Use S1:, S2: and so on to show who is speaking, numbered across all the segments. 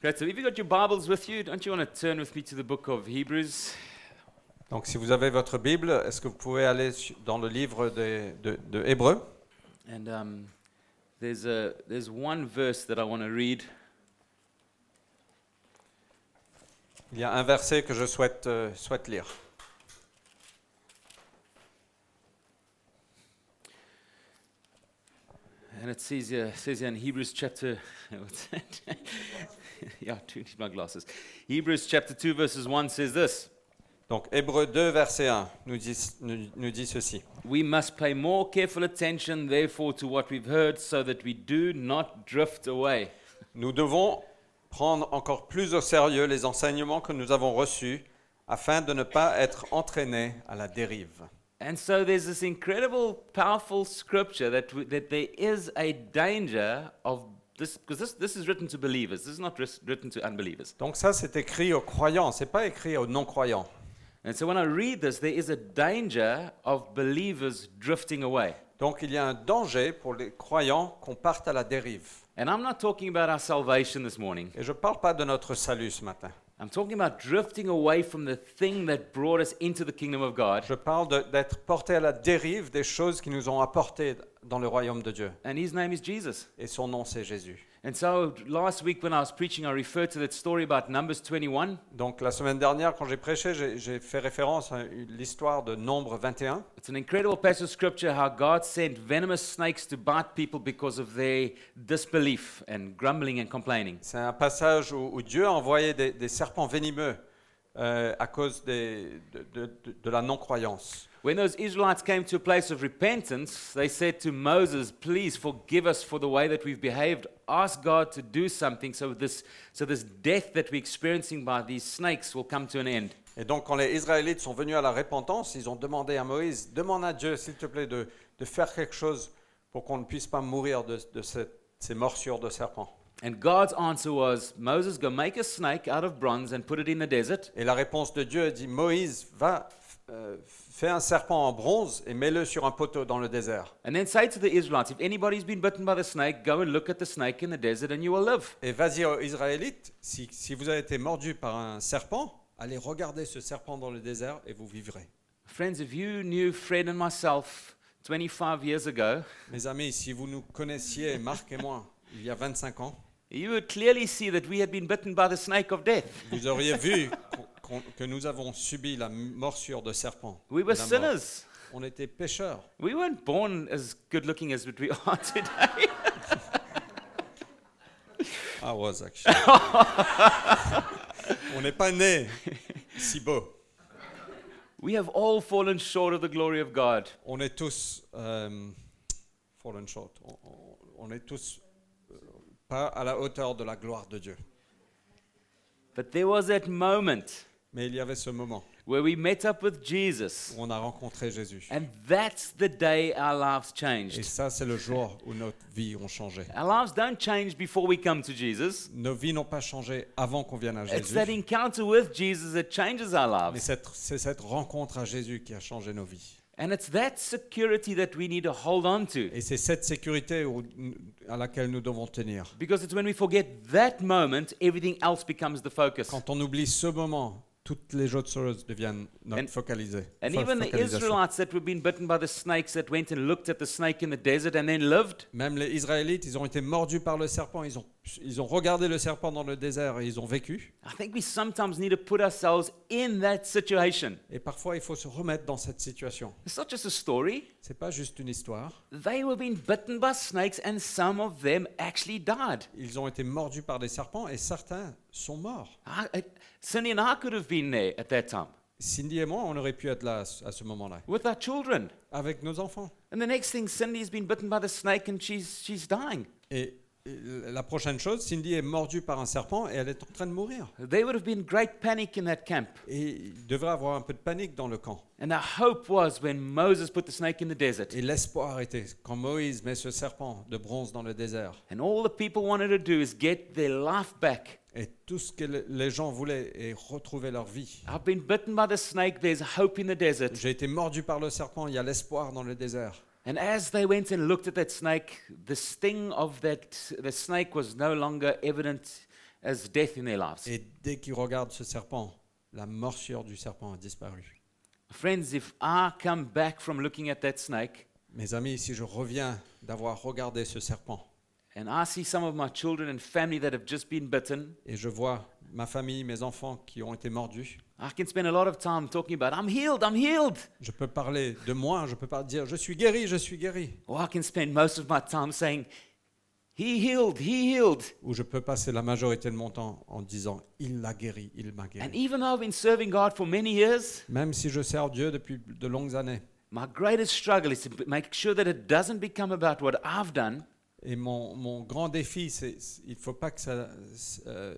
S1: Great. So, if you've got your Bibles with you, don't you want to turn with me to the book of Hebrews?
S2: Donc si vous avez votre Bible, est-ce que vous pouvez aller su- dans le livre des- de, de Hébreux
S1: And um, there's, a, there's one verse that I want to read.
S2: Il y a un verset que je souhaite, euh, souhaite lire.
S1: And it says here, says here in Hebrews chapter, what's that? yeah, I do need my glasses. Hebrews chapter 2, verses 1 says this
S2: Donc Hébreux 2, verset 1 nous dit, nous- nous dit ceci.
S1: We must pay more careful attention, therefore, to what we've heard so that we do not drift away.
S2: Nous devons prendre encore plus au sérieux les enseignements que nous avons reçus afin de ne pas être entraînés à la dérive.
S1: And so there's this incredible, powerful scripture that, w- that there is a danger of this, because this, this is written to believers, this is not wris- written to unbelievers.
S2: Donc ça, c'est écrit aux croyants, c'est pas écrit aux non-croyants.
S1: And so when I read this, there is a danger of believers drifting away.
S2: Donc il y a un danger pour les croyants qu'on parte à la dérive.
S1: And I'm not talking about our salvation this morning.
S2: Et je ne parle pas de notre salut ce matin.
S1: I'm talking about drifting away from the thing that brought us into the kingdom of God.
S2: Je parle de- d'être porté à la dérive des choses qui nous ont apporté dans le royaume de Dieu.
S1: And his name is Jesus.
S2: Et son nom, c'est Jésus.
S1: And so last week when I was preaching, I referred to that story about Numbers 21.
S2: Donc la semaine dernière, quand j'ai prêché, j'ai- j'ai fait référence à l'histoire de Nombre 21.
S1: It's an incredible passage of scripture how God sent venomous snakes to bite people because of their disbelief and grumbling and complaining.
S2: C'est un passage où, où Dieu a envoyé des, des serpents venimeux euh, à cause des- de, de- de- de la non-croyance.
S1: When those Israelites came to a place of repentance, they said to Moses, Please forgive us for the way that we've behaved. Ask God to do something so this, so this death that we're experiencing by these snakes will come to an end.
S2: Et donc quand les Israélites sont venus à la repentance, ils ont demandé à Moïse, demande à Dieu, s'il te plaît, de, de faire quelque chose pour qu'on ne puisse pas mourir de, de cette- ces morsures de serpents.
S1: And God's answer was, Moses, go make a snake out of bronze and put it in the desert.
S2: Et la réponse de Dieu dit, Moïse, va, euh, fais un serpent en bronze et mets-le sur un poteau dans le désert.
S1: And then say to the Israelites, If anybody's been bitten by the snake, go and look at the snake in the desert and you will live.
S2: Et vas-y aux Israélites, si, si vous avez été mordu par un serpent, allez regarder ce serpent dans le désert et vous vivrez.
S1: Friends, if you knew Fred and myself 25 years ago,
S2: Mes amis, si vous nous connaissiez, Marc et moi, il y a 25 ans,
S1: you would clearly see that we had been bitten by the snake of death.
S2: vous auriez vu qu'on- qu'on- que nous avons subi la morsure de serpent.
S1: We were
S2: La mort.
S1: sinners.
S2: On était pécheurs.
S1: We weren't born as good looking as what we are today.
S2: I was actually. On n'est pas nés si beaux.
S1: We have all fallen short of the glory of God.
S2: On est tous euh, fallen short. On, on- on est tous euh, pas à la hauteur de la gloire de Dieu.
S1: But there was that moment
S2: Mais il y avait ce moment
S1: where we met up with
S2: où
S1: Jesus.
S2: on a rencontré Jésus.
S1: And that's the day our lives
S2: Et
S1: changed.
S2: ça, c'est le jour où notre vie ont changé.
S1: Our lives don't change before we come to Jesus.
S2: Nos vies n'ont pas changé avant qu'on vienne à
S1: It's
S2: Jésus.
S1: that encounter with Jesus that changes our
S2: Mais
S1: lives.
S2: cette- c'est cette rencontre à Jésus qui a changé nos vies.
S1: And it's that security that we need to hold on to.
S2: Et c'est cette sécurité où- à laquelle nous devons tenir.
S1: Because it's when we forget that moment, everything else becomes the focus.
S2: Quand on oublie ce moment, toutes les autres choses deviennent
S1: And-
S2: notre focalisées.
S1: And
S2: fo-
S1: even the
S2: focalisation.
S1: Israelites that were being bitten by the snakes that went and looked at the snake in the desert and then lived,
S2: Même les Israélites, ils ont été mordus par le serpent, ils ont, ils ont regardé le serpent dans le désert et ils ont vécu.
S1: I think we sometimes need to put ourselves in that situation.
S2: Et parfois, il faut se remettre dans cette situation.
S1: It's not just a story.
S2: C'est pas juste une histoire.
S1: They were being bitten by snakes and some of them actually died.
S2: Ils ont été mordus par des serpents et certains sont morts.
S1: I, I, Cindy and I could have been there at that time
S2: Cindy et moi, on aurait pu être là à ce à ce moment-là,
S1: with our children.
S2: avec nos enfants.
S1: And the next thing, Cindy's been bitten by the snake and she's, she's dying.
S2: Et et la prochaine chose, Cindy est mordue par un serpent et elle est en train de mourir.
S1: There would have been great panic in that camp.
S2: Et il devrait avoir un peu de panique dans le camp.
S1: And our hope was when Moses put the snake in the desert.
S2: Et l'espoir était quand Moïse met ce serpent de bronze dans le désert.
S1: And all the people wanted to do is get their life back.
S2: Et tout ce que le- les gens voulaient est retrouver leur vie.
S1: I've been bitten by the snake, there's hope in the desert.
S2: J'ai été mordu par le serpent, il y a l'espoir dans le désert.
S1: And as they went and looked at that snake, the sting of that the snake was no longer evident as death in their lives.
S2: Et dès qu'ils regardent ce serpent, la morsure du serpent a disparu.
S1: Friends, if I come back from looking at that snake
S2: Mes amis, si je reviens d'avoir regardé ce serpent
S1: and I see some of my children and family that have just been bitten,
S2: et je vois ma famille, mes enfants qui ont été mordus,
S1: I can spend a lot of time talking about, I'm healed, I'm healed.
S2: je peux parler de moi, je peux pas dire je suis guéri, je suis guéri.
S1: Or I can spend most of my time saying, He healed, He healed.
S2: Ou je peux passer la majorité de mon temps en disant il l'a guéri, il m'a
S1: And
S2: guéri.
S1: even though I've been serving God for many years,
S2: Même si je sers Dieu depuis de longues années.
S1: my greatest struggle is to b- make sure that it doesn't become about what I've done,
S2: Et mon, mon grand défi, c'est c'est- il faut pas que ça, c'est, euh,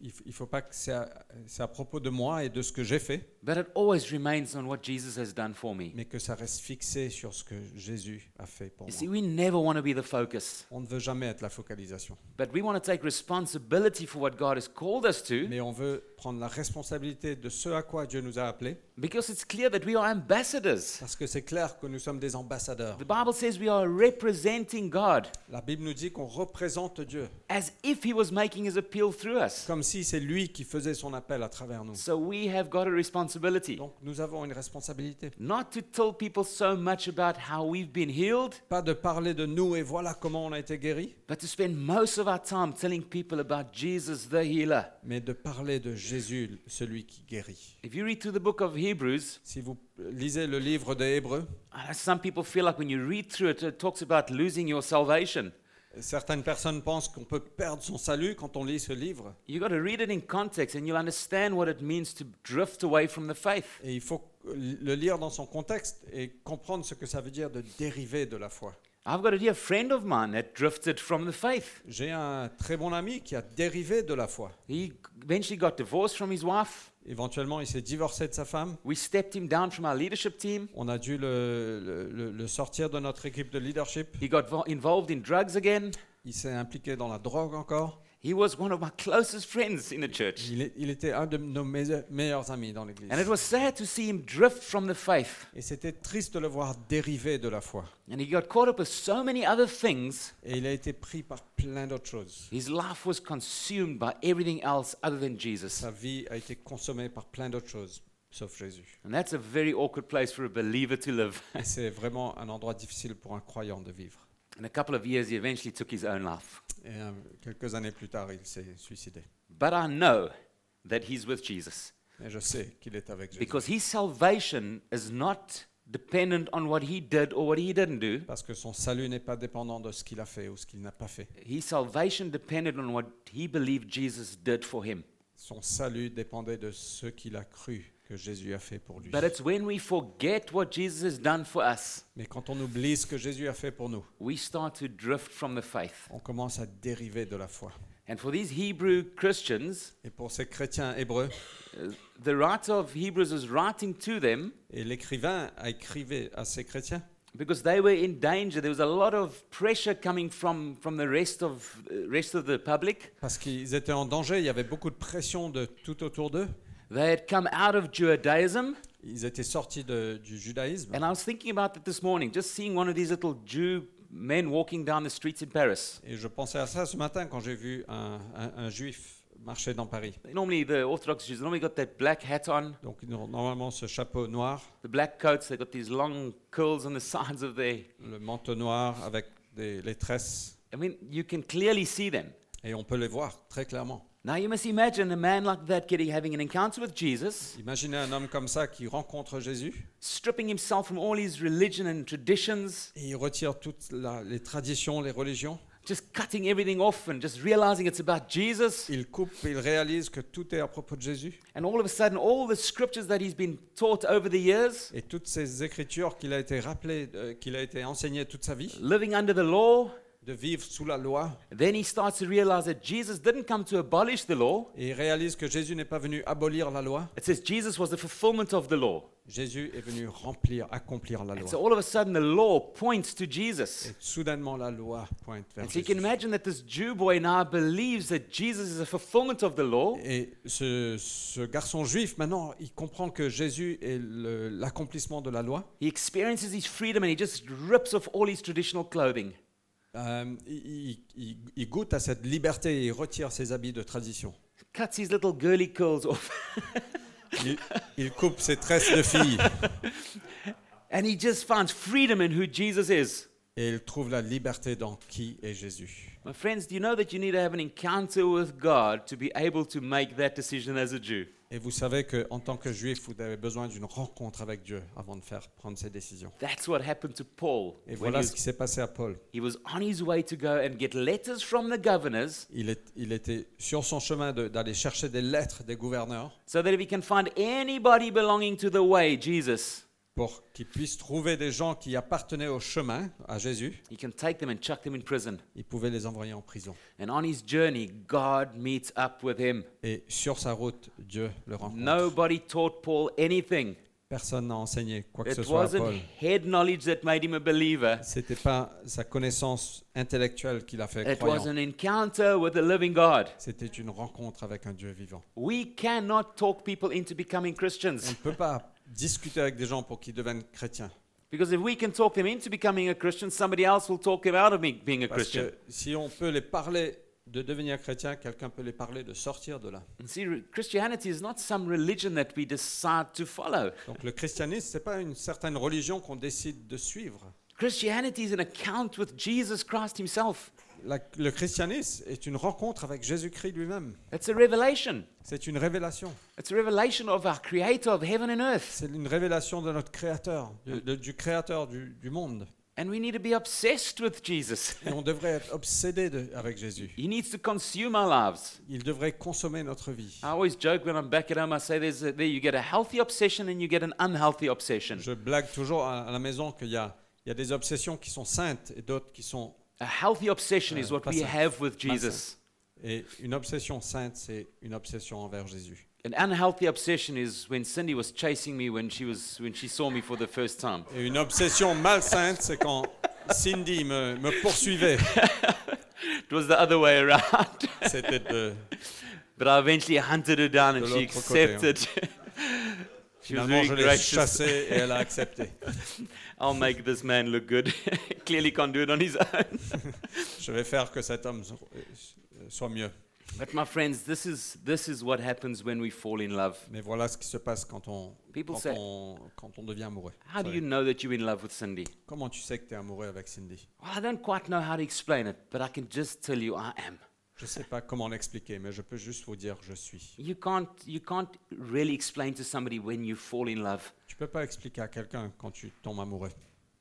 S2: il, f- il faut pas que ça, c'est à propos de moi et de ce que j'ai fait,
S1: but it always remains on what Jesus has done for me.
S2: mais que ça reste fixé sur ce que Jésus a fait pour
S1: You
S2: moi.
S1: see, we never want to be the focus,
S2: On ne veut jamais être la focalisation,
S1: but we want to take responsibility for what God has called us to
S2: mais on veut prendre la responsabilité de ce à quoi Dieu nous a appelés,
S1: because it's clear that we are ambassadors.
S2: parce que c'est clair que nous sommes des ambassadeurs.
S1: The Bible says we are representing God
S2: La Bible nous dit qu'on représente Dieu,
S1: as if He was making His appeal through us.
S2: comme si c'est lui qui faisait son appel à travers nous.
S1: So we have got a responsibility.
S2: Donc nous avons une responsabilité.
S1: not to tell people so much about how we've been healed,
S2: Pas de parler de nous et voilà comment on a été guéri,
S1: but to spend most of our time telling people about Jesus the healer.
S2: mais de parler de Jésus, celui qui guérit.
S1: If you read through the book of Hebrews,
S2: Si vous lisez le livre des Hébreux,
S1: I know some people feel like when you read through it, it talks about losing your salvation.
S2: certaines personnes pensent qu'on peut perdre son salut quand on lit ce livre.
S1: You've got to read it in context and you'll understand what it means to drift away from the faith.
S2: Et il faut le lire dans son contexte et comprendre ce que ça veut dire de dériver de la foi.
S1: I've got a dear friend of mine that drifted from the faith.
S2: J'ai un très bon ami qui a dérivé de la foi.
S1: He eventually got divorced from his wife.
S2: Éventuellement, il s'est divorcé de sa femme.
S1: We stepped him down from our leadership team.
S2: On a dû le, le- le- le sortir de notre équipe de leadership.
S1: He got vo- involved in drugs again.
S2: Il s'est impliqué dans la drogue encore.
S1: He was one of my closest friends in the church.
S2: Il, est- il était un de nos meille- meilleurs amis dans l'église.
S1: And it was sad to see him drift from the faith.
S2: Et c'était triste de le voir dériver de la foi.
S1: And he got caught up with so many other things,
S2: Et il a été pris par plein d'autres choses.
S1: his life was consumed by everything else other than Jesus.
S2: Sa vie a été consommée par plein d'autres choses, sauf Jésus.
S1: And that's a very awkward place for a believer to live.
S2: Et c'est vraiment un endroit difficile pour un croyant de vivre.
S1: In a couple of years, he eventually took his own life.
S2: Et euh, quelques années plus tard, il s'est suicidé.
S1: But I know that he's with Jesus
S2: Et je sais qu'il est avec Jésus.
S1: because his salvation is not dependent on what he did or what he didn't do.
S2: Parce que son salut n'est pas dépendant de ce qu'il a fait ou ce qu'il n'a pas fait.
S1: His salvation depended on what he believed Jesus did for him.
S2: Son salut dépendait de ce qu'il a cru que Jésus a fait pour lui.
S1: But it's when we forget what Jesus has done for us
S2: Mais quand on oublie ce que Jésus a fait pour nous,
S1: we start to drift from the faith.
S2: on commence à dériver de la foi.
S1: And for these Hebrew Christians,
S2: Et pour ces chrétiens hébreux,
S1: uh, the writer of Hebrews is writing to them
S2: et l'écrivain a écrivé à ces chrétiens,
S1: because they were in danger. There was a lot of pressure coming from, from the rest of, uh, rest of the public.
S2: Parce qu'ils étaient en danger, il y avait beaucoup de pression de tout autour d'eux.
S1: They had come out of Judaism.
S2: Ils étaient sortis de- du judaïsme.
S1: And I was thinking about that this morning, just seeing one of these little Jew men walking down the streets in Paris.
S2: Et je pensais à ça ce matin quand j'ai vu un, un- un juif marcher dans Paris.
S1: Normally, the Orthodox Jews normally got that black hat on,
S2: Donc no- normalement ce chapeau noir,
S1: the black coats, they got these long curls on the sides of their.
S2: le manteau noir avec des, les tresses,
S1: I mean, you can clearly see them.
S2: et on peut les voir très clairement.
S1: Now you must imagine a man like that getting having an encounter with Jesus,
S2: Imaginez un homme comme ça qui rencontre Jésus
S1: stripping himself from all his religion and traditions,
S2: et il retire toutes la- les traditions, les religions.
S1: just cutting everything off and just realizing it's about Jesus.
S2: Il coupe, il réalise que tout est à propos de Jésus
S1: And all of a sudden, all the scriptures that he's been taught over the years,
S2: et toutes ces écritures qu'il a été rappelé, euh, qu'il a été enseigné toute sa vie.
S1: living under the law,
S2: de vivre sous la loi
S1: then he starts to realize that Jesus didn't come to abolish the law.
S2: et il réalise que Jésus n'est pas venu abolir la loi,
S1: It says Jesus was the fulfillment of the law.
S2: Jésus est venu remplir, accomplir la
S1: And so
S2: loi.
S1: all of a sudden, the law points to Jesus.
S2: Et soudainement la loi pointe vers
S1: And so you can
S2: Jésus.
S1: imagine that this Jew boy now believes that Jesus is a fulfillment of the law.
S2: Et ce, ce garçon juif, maintenant, il comprend que Jésus est le- l'accomplissement de la loi.
S1: He experiences his freedom and he just rips off all his traditional clothing.
S2: euh, il, il- il goûte à cette liberté et il retire ses habits de tradition.
S1: Cuts his little girly curls off.
S2: Il, il coupe ses tresses de fille
S1: And he just finds freedom in who Jesus is.
S2: et il trouve la liberté dans qui est Jésus.
S1: My friends, do you know that you need to have an encounter with God to be able to make that decision as a Jew?
S2: Et vous savez qu'en tant que juif, vous avez besoin d'une rencontre avec Dieu avant de faire prendre ses décisions.
S1: That's what happened to Paul.
S2: Et
S1: when
S2: voilà
S1: he-
S2: ce qui s'est passé à Paul.
S1: he was on his way to go and get letters from the governors
S2: Il, est- il était sur son chemin de- d'aller chercher des lettres des gouverneurs
S1: so that if he can find anybody belonging to the way, Jesus,
S2: pour qu'il puisse trouver des gens qui appartenaient au chemin à Jésus.
S1: he can take them and chuck them in prison.
S2: Il pouvait les envoyer en prison.
S1: And on his journey, God meets up with him.
S2: Et sur sa route, Dieu le rencontre.
S1: Nobody taught Paul anything.
S2: Personne n'a enseigné quoi que ce
S1: It
S2: soit à
S1: wasn't
S2: Paul.
S1: head knowledge that made him a believer.
S2: C'était pas sa connaissance intellectuelle qui l'a fait
S1: It
S2: croyant.
S1: was an encounter with the living God.
S2: C'était une rencontre avec un Dieu vivant.
S1: We cannot talk people into becoming
S2: On
S1: Christians.
S2: ne peut pas discuter avec des gens pour qu'ils deviennent chrétiens.
S1: Because if we can talk them into becoming a Christian, somebody else will talk them out of me- being a
S2: Parce
S1: Christian.
S2: que si on peut les parler de devenir chrétien, quelqu'un peut les parler de sortir de là.
S1: And see, re- Christianity is not some religion that we decide to follow.
S2: Donc le christianisme, c'est pas une certaine religion qu'on décide de suivre.
S1: Christianity is an account with Jesus Christ himself.
S2: La- le christianisme est une rencontre avec Jésus-Christ lui-même.
S1: It's a revelation.
S2: C'est une révélation.
S1: It's a revelation of our creator of heaven and earth.
S2: C'est une révélation de notre Créateur, de- de- du Créateur du, du monde.
S1: And we need to be obsessed with Jesus.
S2: Et on devrait être obsédé de- avec Jésus.
S1: He needs to consume our lives.
S2: Il devrait consommer notre vie.
S1: I always joke when I'm back at home, I say there's a, there you get a healthy obsession and you get an unhealthy obsession.
S2: Je blague toujours à à la maison qu'il y a, il y a des obsessions qui sont saintes et d'autres qui sont...
S1: A healthy obsession is
S2: Uh,
S1: what we
S2: pastor.
S1: have with Jesus.
S2: Et une obsession sainte, c'est une obsession envers Jésus.
S1: An unhealthy obsession is when Cindy was chasing me when she was when she saw me for the first time.
S2: Et une obsession malsainte, c'est quand Cindy me, me poursuivait.
S1: It was the other way around.
S2: C'était de...
S1: but I eventually hunted her down and
S2: De
S1: she
S2: l'autre côté, hein.
S1: accepted. she was
S2: Finalement,
S1: very
S2: je l'ai
S1: gracious.
S2: chassée et elle a accepté.
S1: I'll make this man look good. Clearly can't do it on his own.
S2: Je vais faire que cet homme so- euh, soit mieux.
S1: But my friends, this is this is what happens when we fall in love.
S2: Mais voilà ce qui se passe quand on,
S1: People
S2: quand
S1: say-
S2: on, quand on devient amoureux.
S1: How do
S2: Ça
S1: you
S2: y est.
S1: know that you're in love with Cindy?
S2: Comment tu sais que tu es amoureux avec Cindy
S1: Well, I don't quite know how to explain it, but I can just tell you I am.
S2: Je ne sais pas comment l'expliquer, mais je peux juste vous dire je suis.
S1: You can't you can't really explain to somebody when you fall in love.
S2: Tu peux pas expliquer à quelqu'un quand tu tombes amoureux.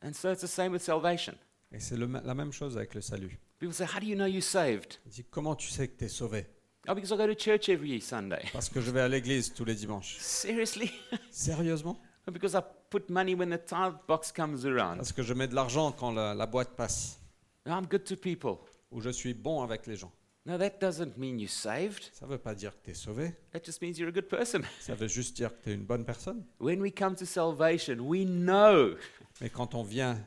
S1: And so it's the same with salvation.
S2: Et c'est le ma- la même chose avec le salut.
S1: People say, How do you know you're saved?
S2: Il dit comment tu sais que tu es sauvé
S1: Oh, because I go to church every Sunday.
S2: Parce que je vais à l'église tous les dimanches.
S1: Seriously?
S2: Sérieusement
S1: Oh, because I put money when the tithe box comes around.
S2: Parce que je mets de l'argent quand la, la boîte passe.
S1: No, I'm good to people.
S2: Ou je suis bon avec les gens.
S1: No, that doesn't mean you're saved.
S2: Ça ne veut pas dire que tu es sauvé.
S1: That just means you're a good person.
S2: Ça veut juste dire que tu es une bonne personne.
S1: When we come to salvation, we know
S2: Mais quand on vient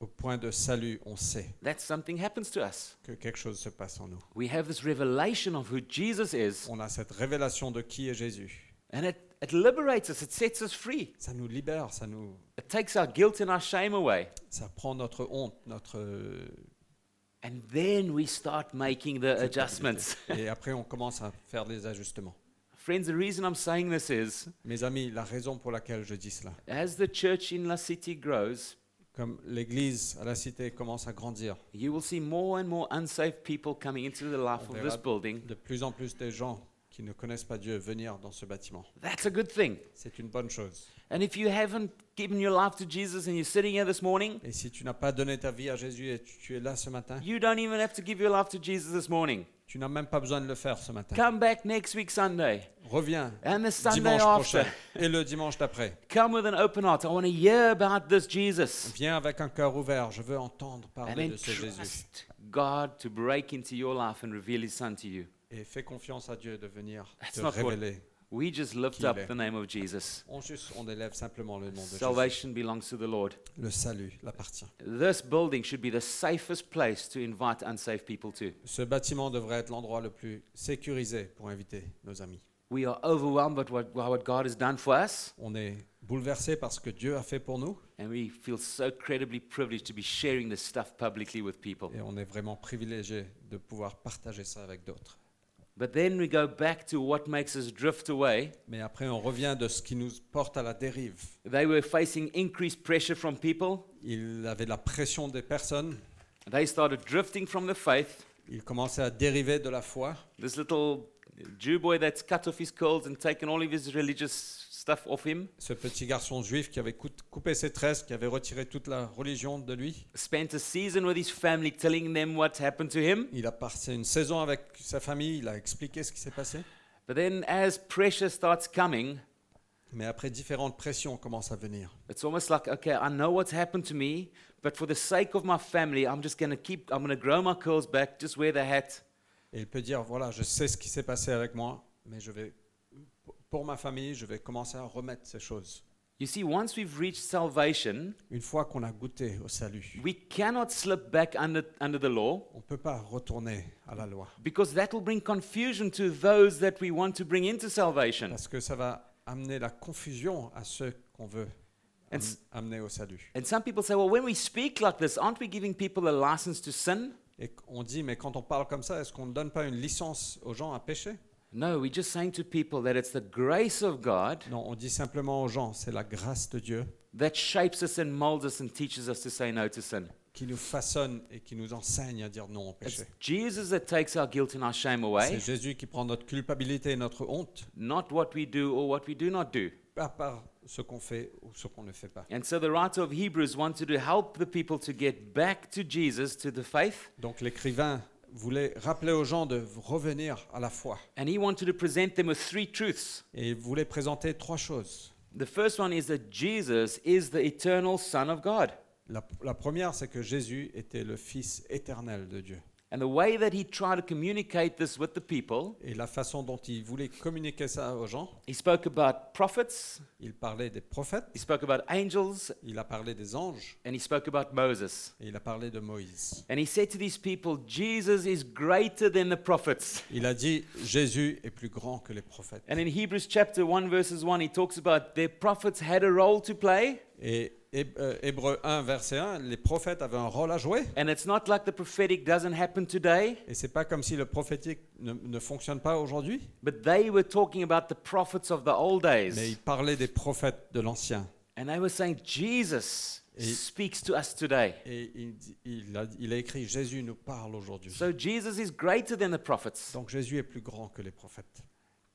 S2: au point de salut, on sait
S1: that something happens to us.
S2: que quelque chose se passe en nous.
S1: We have this revelation of who Jesus is,
S2: On a cette révélation de qui est Jésus.
S1: and it, it liberates us, it sets us free.
S2: Ça nous libère, ça nous,
S1: It takes our guilt and our shame away.
S2: ça prend notre honte, notre euh,
S1: And then we start making the adjustments.
S2: et après on commence à faire des ajustements.
S1: Friends, the reason I'm saying this is
S2: Mes amis, la raison pour laquelle je dis cela,
S1: as the church in La City grows,
S2: comme l'Église à la cité commence à grandir,
S1: you will see more and more unsaved people coming into the life of this building.
S2: de plus en plus des gens qui ne connaissent pas Dieu venir dans ce bâtiment.
S1: That's a good thing.
S2: C'est une bonne chose.
S1: And if you haven't given your life to Jesus and you're sitting here this morning,
S2: Et si tu n'as pas donné ta vie à Jésus et tu, tu es là ce matin,
S1: you don't even have to give your life to Jesus this morning.
S2: tu n'as même pas besoin de le faire ce matin.
S1: Come back next week, Sunday,
S2: Reviens
S1: and the Sunday
S2: dimanche
S1: after.
S2: prochain et le dimanche d'après.
S1: Come with an open heart. I want to hear about this Jesus.
S2: Viens avec un cœur ouvert. Je veux entendre
S1: And
S2: parler
S1: then
S2: de ce Jésus.
S1: trust God to break into your life and reveal his son to you.
S2: et fais confiance à Dieu de venir
S1: That's
S2: te
S1: not what-
S2: révéler.
S1: We just lift
S2: Qu'il
S1: up
S2: est.
S1: the name of Jesus.
S2: On juste, on élève simplement le nom de Jésus.
S1: Salvation belongs to the Lord.
S2: Le salut l'appartient.
S1: This building should be the safest place to invite unsaved people to.
S2: Ce bâtiment devrait être l'endroit le plus sécurisé pour inviter nos amis.
S1: We are overwhelmed by what, by what God has done for us,
S2: On est bouleversé par ce que Dieu a fait pour nous
S1: and we feel so incredibly privileged to be sharing this stuff publicly with people.
S2: et on est vraiment privilégié de pouvoir partager ça avec d'autres.
S1: But then we go back to what makes us drift away.
S2: Mais après, on revient de ce qui nous porte à la dérive.
S1: They were facing increased pressure from people.
S2: Il avait la pression des personnes,
S1: They started drifting from the faith.
S2: il commençait à dériver de la foi.
S1: This little Jew boy that's cut off his curls and taken all of his religious stuff off him
S2: Ce petit garçon juif qui avait cou- coupé ses tresses, qui avait retiré toute la religion de lui,
S1: spent a season with his family telling them what happened to him.
S2: il a passé une saison avec sa famille, il a expliqué ce qui s'est passé.
S1: But then, as pressure starts coming,
S2: Mais après, différentes pressions commencent à venir.
S1: it's almost like, okay, I know what's happened to me, but for the sake of my family, I'm just going to keep, I'm going to grow my curls back, just wear the hat,
S2: Et il peut dire, voilà, je sais ce qui s'est passé avec moi, mais je vais, pour ma famille, je vais commencer à remettre ces choses.
S1: You see, once we've reached salvation,
S2: Une fois qu'on a goûté au salut,
S1: we cannot slip back under, under the law
S2: on ne peut pas retourner à la loi,
S1: because that will bring confusion to those that we want to bring into salvation.
S2: parce que ça va amener la confusion à ceux qu'on veut am-
S1: It's-
S2: amener au salut.
S1: And some people say, well, when we speak like this, aren't we giving people a license to sin?
S2: Et on dit, mais quand on parle comme ça, est-ce qu'on ne donne pas une licence aux gens à pécher
S1: No, we're just saying to people that it's the grace of God
S2: Non, on dit simplement aux gens, c'est la grâce de Dieu
S1: that shapes us and molds us and teaches us to say no to sin.
S2: qui nous façonne et qui nous enseigne à dire non au
S1: It's
S2: péché.
S1: Jesus that takes our guilt and our shame
S2: C'est
S1: away,
S2: Jésus qui prend notre culpabilité et notre honte,
S1: not what we do or what we do not do.
S2: pas par ce qu'on fait ou ce qu'on ne fait pas.
S1: And so the writer of Hebrews wanted to help the people to get back to Jesus, to the faith,
S2: Donc l'écrivain voulait rappeler aux gens de revenir à la foi.
S1: and he wanted to present them with three truths.
S2: Et il voulait présenter trois choses.
S1: The first one is that Jesus is the eternal Son of God.
S2: La, la première, c'est que Jésus était le Fils éternel de Dieu.
S1: And the way that he tried to communicate this with the people,
S2: Et la façon dont il voulait communiquer ça aux gens,
S1: he spoke about prophets,
S2: il parlait des prophètes,
S1: he spoke about angels,
S2: il a parlé des anges,
S1: and he spoke about Moses.
S2: et il a parlé de Moïse.
S1: And he said to these people, Jesus is greater than the prophets.
S2: Il a dit, Jésus est plus grand que les prophètes.
S1: And in Hebrews chapter 1, verses 1, he talks about their prophets had a role to play.
S2: Et Hé- euh, Hébreu 1, verset 1, les prophètes avaient un rôle à jouer.
S1: And it's not like the prophetic doesn't happen today,
S2: Et c'est pas comme si le prophétique ne, ne fonctionne pas aujourd'hui,
S1: but they were talking about the prophets of the old
S2: mais il
S1: days.
S2: parlait des prophètes de l'Ancien.
S1: And they were saying, Jesus
S2: Et-
S1: speaks to us today.
S2: Et il, dit- il a, il a écrit Jésus nous parle aujourd'hui.
S1: So Jesus is greater than the prophets.
S2: Donc Jésus est plus grand que les prophètes.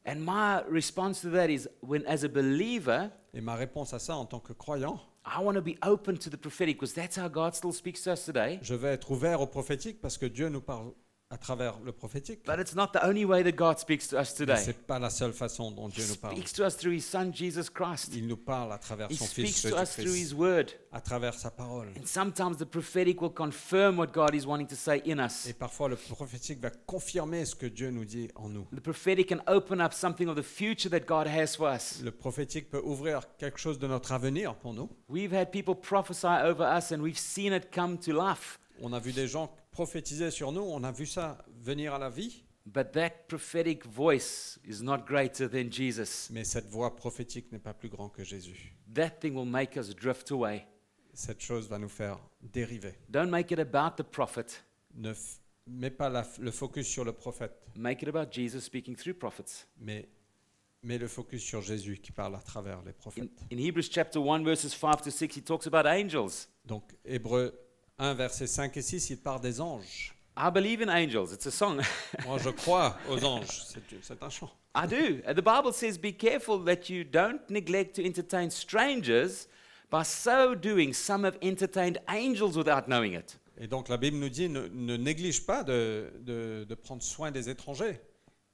S1: And my response to that is when as a believer,
S2: Et ma réponse à ça en tant que croyant,
S1: I want to be open to the prophetic because that's how God still speaks to us today.
S2: je vais être ouvert au prophétique parce que Dieu nous parle à travers le prophétique.
S1: But it's not the only way that God speaks to us
S2: Mais
S1: today.
S2: c'est pas la seule façon dont
S1: He
S2: Dieu nous parle.
S1: speaks to us through his son Jesus Christ.
S2: Il nous parle à travers
S1: He
S2: son fils
S1: speaks to us through his
S2: Jésus-Christ,
S1: word.
S2: à travers sa parole.
S1: And sometimes the prophetic will confirm what God is wanting to say in us.
S2: Et parfois le prophétique va confirmer ce que Dieu nous dit en nous.
S1: The prophetic can open up something of the future that God has for us.
S2: Le prophétique peut ouvrir quelque chose de notre avenir pour nous.
S1: We've had people prophesy over us and we've seen it come to life.
S2: On a vu des gens prophétiser sur nous, on a vu ça venir à la vie,
S1: But that prophetic voice is not greater than Jesus.
S2: mais cette voix prophétique n'est pas plus grande que Jésus.
S1: That thing will make us drift away.
S2: Cette chose va nous faire dériver.
S1: Don't make it about the prophet,
S2: Ne f- mets pas la f- le focus sur le prophète,
S1: make it about Jesus speaking through prophets.
S2: mais mets le focus sur Jésus qui parle à travers les
S1: In,
S2: prophètes.
S1: in Hebrews chapter 1, verses 5 to 6, he talks about angels.
S2: Donc Hébreu 1, versets 5 et 6, il parle des anges.
S1: I believe in angels. It's a song.
S2: Moi, je crois aux anges. C'est- C'est un chant.
S1: I do. And The Bible says, Be careful that you don't neglect to entertain strangers. By so doing, some have entertained angels without knowing it.
S2: Et donc la Bible nous dit ne, ne néglige pas de, de- de prendre soin des étrangers,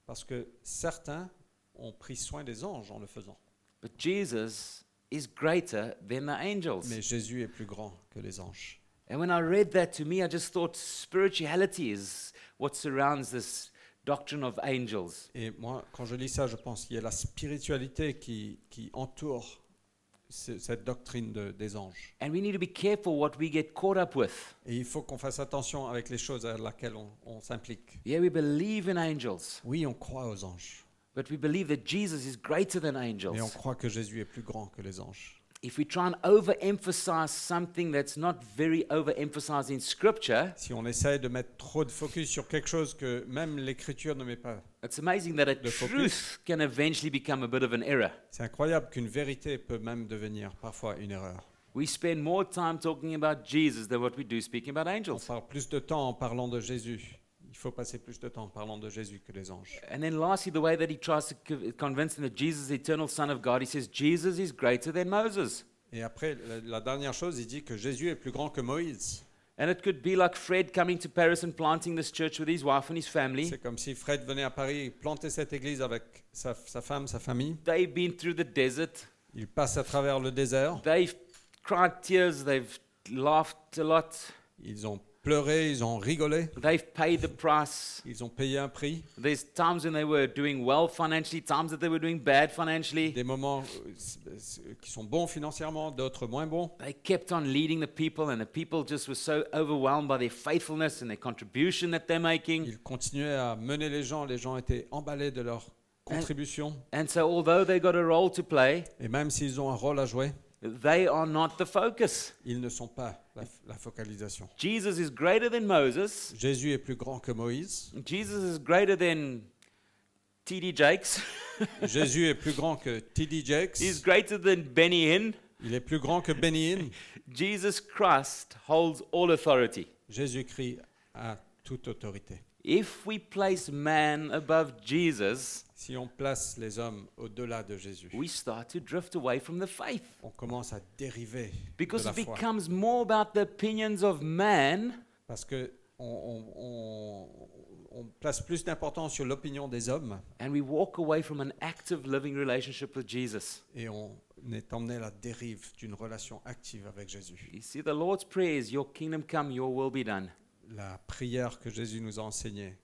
S2: parce que certains ont pris soin des anges en le faisant.
S1: But Jesus is greater than the angels.
S2: Mais Jésus est plus grand que les anges.
S1: And when I read that to me, I just thought spirituality is what surrounds this doctrine of angels.
S2: Et moi, quand je lis ça, je pense qu'il y a la spiritualité qui, qui entoure ce- cette doctrine de- des anges.
S1: And we need to be careful what we get caught up with.
S2: Et il faut qu'on fasse attention avec les choses à laquelle on, on s'implique.
S1: Yeah, we believe in angels,
S2: Oui, on croit aux anges,
S1: But we believe that Jesus is greater than angels.
S2: Et on croit que Jésus est plus grand que les anges.
S1: If we try and overemphasize something that's not very overemphasized in Scripture,
S2: Si on essaye de mettre trop de focus sur quelque chose que même l'Écriture ne met pas,
S1: it's amazing that a
S2: The focus.
S1: truth can eventually become a bit of an error.
S2: c'est incroyable qu'une vérité peut même devenir parfois une erreur.
S1: We spend more time talking about Jesus than what we do speaking about
S2: On
S1: angels.
S2: parle plus de temps en parlant de Jésus. Il faut passer plus de temps en parlant de Jésus que des anges.
S1: And then lastly, the way that he tries to co- convince them that Jesus is the eternal Son of God, he says, Jesus is greater than Moses.
S2: Et après, la, la dernière chose, il dit que Jésus est plus grand que Moïse.
S1: And it could be like Fred coming to Paris and planting this church with his wife and his family.
S2: C'est comme si Fred venait à Paris planter cette église avec sa, sa femme, sa famille.
S1: They've been through the desert.
S2: Il passe à travers le désert.
S1: They've cried tears. They've laughed a lot.
S2: Ils ont pleuré, ils ont rigolé,
S1: They've paid the price.
S2: ils ont payé un prix.
S1: There's times when they were doing well financially, times that they were doing bad financially.
S2: Des moments euh, s- s- qui sont bons financièrement, d'autres moins bons.
S1: They kept on leading the people, and the people just were so overwhelmed by their faithfulness and their contribution that they're making.
S2: Ils continuaient à mener les gens, les gens étaient emballés de leur contribution.
S1: And so, although they got a role to play,
S2: Et même s'ils ont un rôle à jouer,
S1: they are not the focus.
S2: ils ne sont pas la, f- la focalisation.
S1: Jesus is greater than Moses.
S2: Jésus est plus grand que Moïse.
S1: Jesus is greater than TD Jakes.
S2: Jésus est plus grand que T.D. Jakes.
S1: He's greater than Benny Hinn.
S2: Il est plus grand que Benny Hinn.
S1: Jesus Christ holds all authority.
S2: Jésus-Christ a toute autorité.
S1: If we place man above Jesus,
S2: Si on place les hommes au-delà de Jésus,
S1: we start to drift away from the faith
S2: on commence à dériver
S1: because
S2: de la
S1: it
S2: foi.
S1: becomes more about the opinions of man
S2: Parce que on, on- on- on place plus d'importance sur l'opinion des hommes
S1: and we walk away from an active living relationship with Jesus.
S2: et on est emmené à la dérive d'une relation active avec Jésus.
S1: You see, the Lord's Prayer is Your kingdom come, Your will be done.
S2: La prière que Jésus nous a enseignée,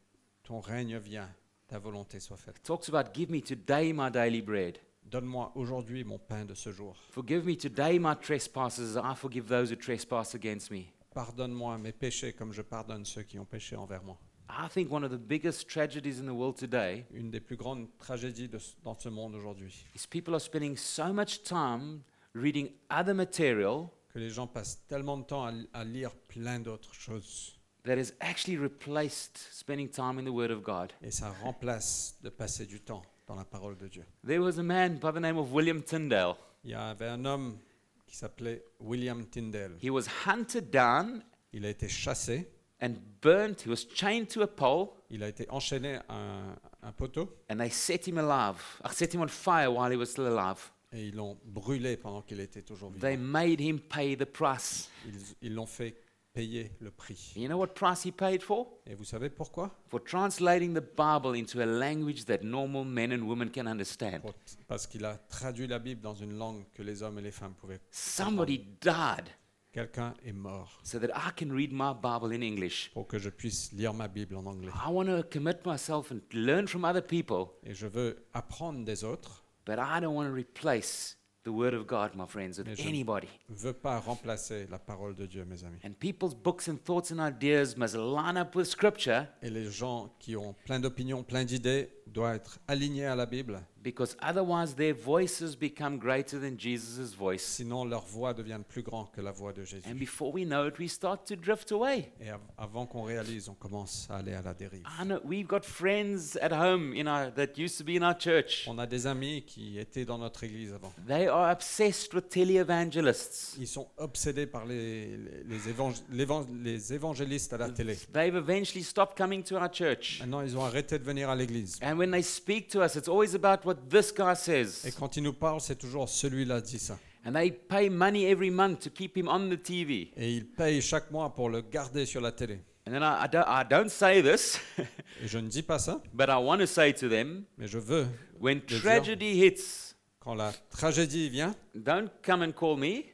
S2: ton règne vient, ta volonté soit faite.
S1: It talks about give me today my daily bread.
S2: Donne-moi aujourd'hui mon pain de ce jour.
S1: Forgive me today my trespasses as I forgive those who trespass against me.
S2: Pardonne-moi mes péchés comme je pardonne ceux qui ont péché envers moi.
S1: I think one of the biggest tragedies in the world today
S2: Une des plus grandes tragédies de ce- dans ce monde aujourd'hui,
S1: is people are spending so much time reading other material
S2: que les gens passent tellement de temps à, à lire plein d'autres choses.
S1: that has actually replaced spending time in the Word of God.
S2: Et ça remplace de passer du temps dans la parole de Dieu.
S1: There was a man by the name of William Tyndale.
S2: Il y avait un homme qui s'appelait William Tyndale.
S1: He was hunted down
S2: Il a été chassé,
S1: and burnt. He was chained to a pole
S2: il a été enchaîné à un, un poteau
S1: and they set him alive. I set him on fire while he was still alive.
S2: et ils l'ont brûlé pendant qu'il était toujours
S1: They
S2: vivant.
S1: made him pay the price.
S2: Ils- Ils l'ont fait payer le prix.
S1: You know what price he paid for?
S2: Et vous savez pourquoi
S1: for translating the Bible into a language that normal men and women can understand.
S2: Pour- Parce qu'il a traduit la Bible dans une langue que les hommes et les femmes pouvaient.
S1: Somebody died
S2: Quelqu'un est mort
S1: so that I can read my Bible in English.
S2: pour que je puisse lire ma Bible en anglais.
S1: I want to commit myself and learn from other people,
S2: Et je veux apprendre des autres,
S1: but I don't want to replace the Word of God, my friends, with
S2: Yes, sir.
S1: anybody.
S2: ne veux pas remplacer la parole de Dieu, mes amis.
S1: And people's books and thoughts and ideas must line up with Scripture
S2: Et les gens qui ont plein d'opinions, plein d'idées, doivent être alignés à la Bible.
S1: because otherwise their voices become greater than Jesus' voice.
S2: Sinon, leur voix devient plus grande que la voix de
S1: And
S2: Jésus.
S1: before we know it, we start to drift away.
S2: Et av- avant qu'on réalise, on commence à aller à la dérive.
S1: I know we've got friends at home in our, that used to be in our church.
S2: On a des amis qui étaient dans notre église avant.
S1: They are obsessed with televangelists.
S2: Ils sont obsédés par les, les, les évang- l'évan- les évangélistes à la télé.
S1: They've eventually stopped coming to our church.
S2: Maintenant, ils ont arrêté de venir à l'église.
S1: And when they speak to us, it's always about what this guy
S2: Et
S1: says.
S2: quand ils nous parlent, c'est toujours celui-là dit ça.
S1: And they pay money every month to keep him on the TV.
S2: Et ils payent chaque mois pour le garder sur la télé.
S1: And then I, I, don't, I don't say this,
S2: Et je ne dis pas ça,
S1: but I want to say to them
S2: mais je veux,
S1: when
S2: Yes, yeah.
S1: tragedy hits,
S2: quand la tragédie vient,
S1: don't come and call me,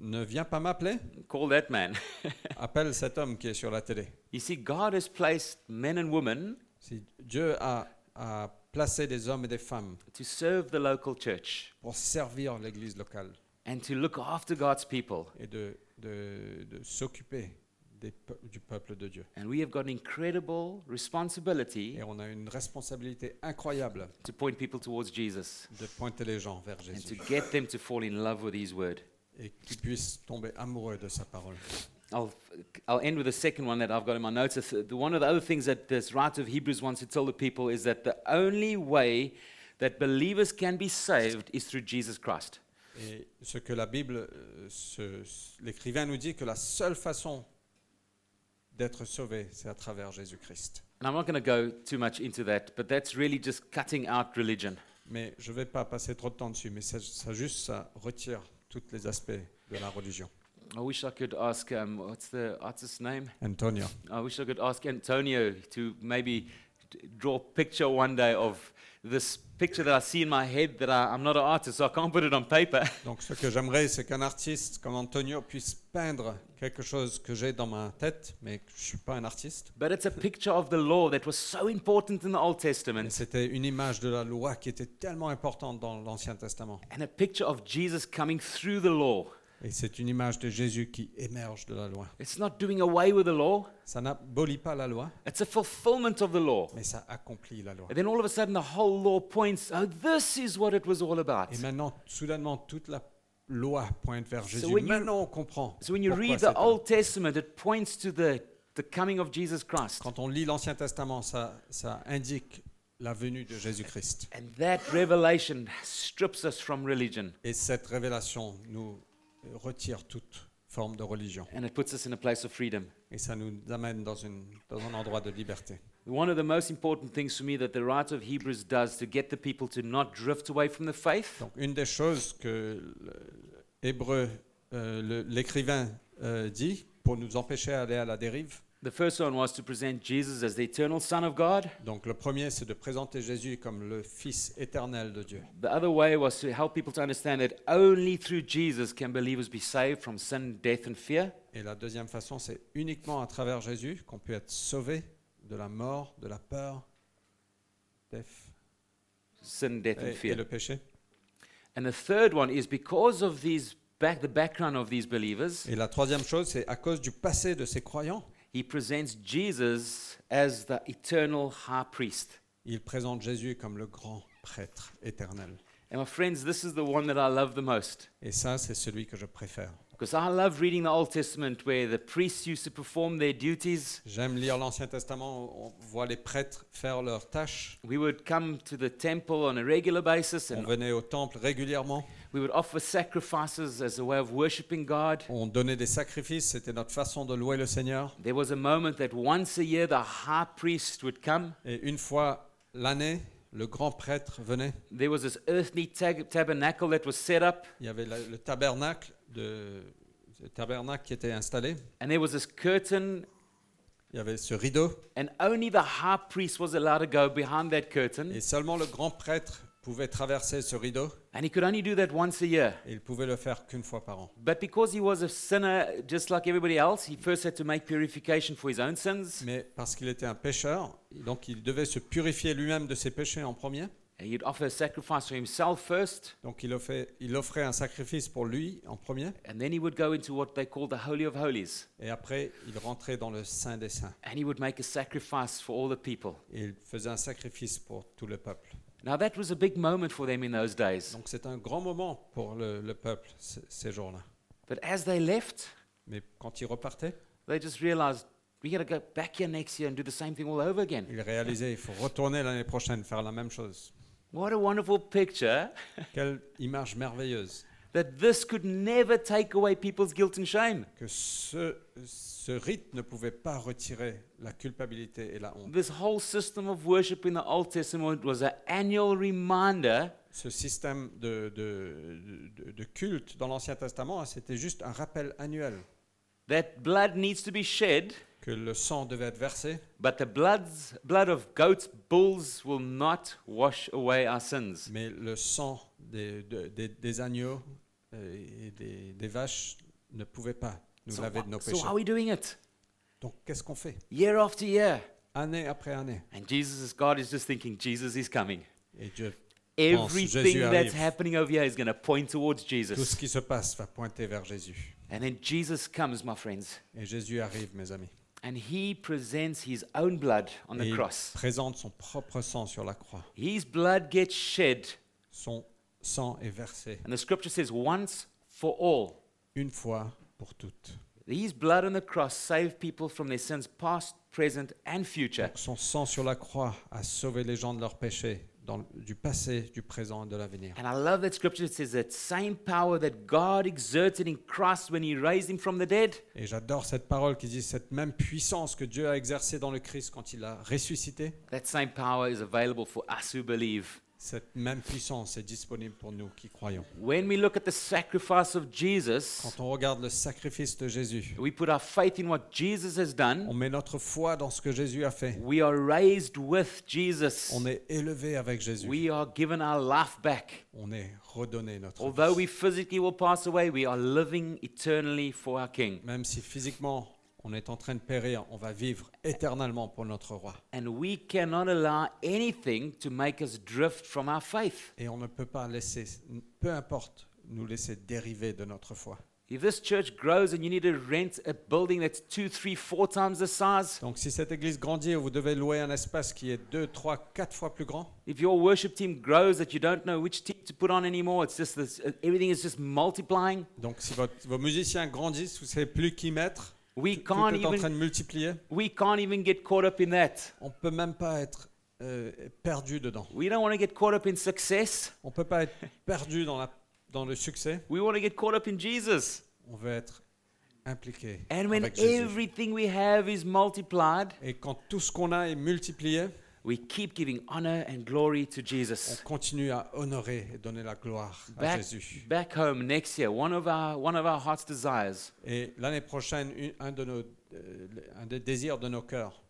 S2: ne viens pas m'appeler,
S1: call that man.
S2: appelle cet homme qui est sur la télé.
S1: you see, God has placed men and women
S2: Si Dieu a, a placé des hommes et des femmes
S1: to serve the local church
S2: pour servir l'église locale
S1: and to look after God's people.
S2: et de, de- de s'occuper des peu- du peuple de Dieu.
S1: And we have got an incredible responsibility
S2: Et on a une responsabilité incroyable
S1: to point people towards Jesus
S2: de pointer les gens vers
S1: and to
S2: Jésus
S1: get them to fall in love with His Word.
S2: et qu'ils puissent tomber amoureux de sa parole.
S1: I'll, I'll end with the second one that I've got in my notes. It's, uh, the- One of the other things that this writer of Hebrews wants to tell the people is that the only way that believers can be saved is through Jesus Christ.
S2: Et ce que la Bible, euh, ce- ce- l'écrivain nous dit que la seule façon d'être sauvé, c'est à travers Jésus-Christ.
S1: And I'm not going to go too much into that, but that's really just cutting out religion.
S2: Mais je ne vais pas passer trop de temps dessus, mais ça, ça juste, ça retire tous les aspects de la religion.
S1: I wish I could ask, um, what's the artist's name?
S2: Antonio.
S1: I wish I could ask Antonio to maybe d- draw a picture one day of this picture that I see in my head that I, I'm not an artist, so I can't put it on paper.
S2: Donc ce que j'aimerais, c'est qu'un artiste comme Antonio puisse peindre quelque chose que j'ai dans ma tête, mais que je ne suis pas un artiste.
S1: But it's a picture of the law that was so important in the Old
S2: Mais
S1: Testament
S2: c'était une image de la loi qui était tellement importante dans l'Ancien Testament.
S1: and a picture of Jesus coming through the law.
S2: Et c'est une image de Jésus qui émerge de la loi.
S1: It's not doing away with the law,
S2: Ça n'abolit pas la loi,
S1: it's a fulfillment of the law.
S2: mais ça accomplit la loi.
S1: And then all of a sudden, the whole law points, oh, this is what it was all about.
S2: Et maintenant, soudainement, toute la loi pointe vers Jésus.
S1: when you-
S2: maintenant, on comprend.
S1: So when you
S2: pourquoi
S1: read
S2: c'est
S1: the
S2: un-
S1: Old Testament, it points to the, the coming of Jesus Christ.
S2: Quand on lit l'Ancien Testament, ça, ça indique la venue de Jésus-Christ.
S1: And that revelation strips us from religion
S2: Et cette révélation nous retire toute forme de religion.
S1: and it puts us in a place of freedom.
S2: Et ça nous amène dans, une, dans un endroit de liberté.
S1: One of the most important things for me that the writer of Hebrews does to get the people to not drift away from the faith
S2: Donc une des choses que le- Hébreu, euh, le- l'écrivain, euh, dit pour nous empêcher d'aller à la dérive,
S1: The first one was to present Jesus as the eternal Son of God.
S2: donc le premier, c'est de présenter Jésus comme le Fils éternel de Dieu.
S1: The other way was to help people to understand that only through Jesus can believers be saved from sin, death, and fear.
S2: Et la deuxième façon, c'est uniquement à travers Jésus qu'on peut être sauvé de la mort, de la peur, def-
S1: Sin, death, and
S2: et, et
S1: fear.
S2: le péché.
S1: And the third one is because of these back, the background of these believers,
S2: Et la troisième chose, c'est à cause du passé de ces croyants,
S1: he presents Jesus as the eternal high priest.
S2: ils présentent Jésus comme le grand prêtre éternel.
S1: And my friends, this is the one that I love the most.
S2: Et ça, c'est celui que je préfère.
S1: Because I love reading the Old Testament where the priests used to perform their duties.
S2: J'aime lire l'Ancien Testament, on voit les prêtres faire leurs tâches.
S1: We would come to the temple on a regular basis
S2: On
S1: and
S2: venait au temple régulièrement,
S1: we would offer sacrifices as a way of worshiping God.
S2: on donnait des sacrifices, c'était notre façon de louer le Seigneur.
S1: There was a moment that once a year the high priest would come.
S2: Et une fois l'année, le grand prêtre venait.
S1: There was this earthly tag- tabernacle that was set up,
S2: Il y avait la- le tabernacle, de, le tabernacle qui était installé.
S1: and there was this curtain,
S2: Il y avait ce rideau.
S1: and only the high priest was allowed to go behind that curtain,
S2: Et seulement le grand prêtre pouvait traverser ce rideau.
S1: and he could only do that once a year.
S2: Et il pouvait le faire qu'une fois par an.
S1: But because he was a sinner just like everybody else, he first had to make purification for his own sins.
S2: Mais parce qu'il était un pécheur, donc il devait se purifier lui-même de ses péchés en premier.
S1: And He'd offer a sacrifice for himself first,
S2: Donc il offrait, il offrait un sacrifice pour lui en premier.
S1: and then he would go into what they call the Holy of Holies,
S2: Et après, il rentrait dans le Saint des Saints.
S1: and he would make a sacrifice for all the people.
S2: Et il faisait un sacrifice pour tout le peuple.
S1: Now, that was a big moment for them in those days.
S2: Donc c'est un grand moment pour le, le peuple, c- ces jours-là.
S1: But as they left,
S2: Mais quand il repartait,
S1: they just realized we got to go back here next year and do the same thing all over again.
S2: il réalisait il faut retourner l'année prochaine, faire la même chose.
S1: What a wonderful picture
S2: Quelle image merveilleuse
S1: that this could never take away people's guilt and shame.
S2: que ce, ce rite ne pouvait pas retirer la culpabilité et la honte.
S1: This whole system of worship in the Old Testament was an annual reminder
S2: Ce système de, de- de- de culte dans l'Ancien Testament, hein, c'était juste un rappel annuel
S1: that blood needs to be shed,
S2: que le sang devait être versé,
S1: but the blood's, blood of goats, bulls will not wash away our sins.
S2: mais le sang des, de- des- des agneaux euh, et des, des vaches ne pouvait pas nous
S1: So,
S2: laver de
S1: wha-
S2: nos
S1: so
S2: péchés.
S1: how are we doing it?
S2: Donc qu'est-ce qu'on fait
S1: Year after year.
S2: Année après année.
S1: And Jesus, God is just thinking, Jesus is coming.
S2: Et Dieu
S1: everything that's
S2: arrive.
S1: happening over here is going to point towards
S2: Tout ce
S1: Jesus.
S2: qui se passe va pointer vers Jésus.
S1: And then Jesus comes, my friends,
S2: Et Jésus arrive, mes amis.
S1: and he presents his own blood on
S2: Et
S1: the
S2: il
S1: cross.
S2: présente son propre sang sur la croix.
S1: His blood gets shed,
S2: Son sang est versé
S1: and the scripture says, once for all.
S2: une fois pour toutes.
S1: His blood on the cross saved people from their sins, past, present, and future.
S2: Son sang sur la croix a sauvé les gens de leurs péchés, dans le- du passé, du présent et de l'avenir.
S1: And I love that scripture that says that same power that God exerted in Christ when he raised him from the dead
S2: Et j'adore cette parole qui dit cette même puissance que Dieu a exercée dans le Christ quand il a ressuscité,
S1: That same power is available for us who believe.
S2: cette même puissance est disponible pour nous qui croyons.
S1: When we look at the sacrifice of Jesus,
S2: Quand on regarde le sacrifice de Jésus,
S1: we put our faith in what Jesus has
S2: on
S1: done.
S2: met notre foi dans ce que Jésus a fait.
S1: We are raised with Jesus.
S2: On est élevé avec Jésus.
S1: We are given our life back.
S2: On est redonné notre
S1: Although
S2: vie.
S1: we physically will pass away, we are living eternally for our King.
S2: Même si physiquement on est en train de périr, on va vivre éternellement pour notre roi.
S1: And we cannot allow anything to make us drift from our faith.
S2: Et on ne peut pas laisser, peu importe, nous laisser dériver de notre foi.
S1: If this church grows and you need to rent a building that's two, three, four times the size,
S2: Donc si cette église grandit, vous devez louer un espace qui est 2, 3, 4 fois plus grand.
S1: If your worship team grows that you don't know which team to put on anymore, it's just this, uh, everything is just multiplying.
S2: Donc si votre- vos musiciens grandissent, vous ne savez plus qui mettre.
S1: We
S2: tout, tout
S1: can't
S2: est en
S1: even-
S2: train de multiplier.
S1: We can't even get caught up in that.
S2: On ne peut même pas être euh, perdu dedans.
S1: We don't want to get caught up in success.
S2: On ne peut pas être perdu dans, la- dans le succès.
S1: We want to get caught up in Jesus.
S2: On veut être impliqué
S1: And when
S2: avec Jésus.
S1: everything we have is multiplied,
S2: Et quand tout ce qu'on a est multiplié,
S1: we keep giving honor and glory to
S2: on
S1: Jesus.
S2: continue à honorer et donner la gloire à
S1: Back,
S2: Jésus.
S1: back home next year, one of our one of our heart's desires.
S2: Et l'année prochaine, une- un, de nos, euh, un des désirs de nos cœurs,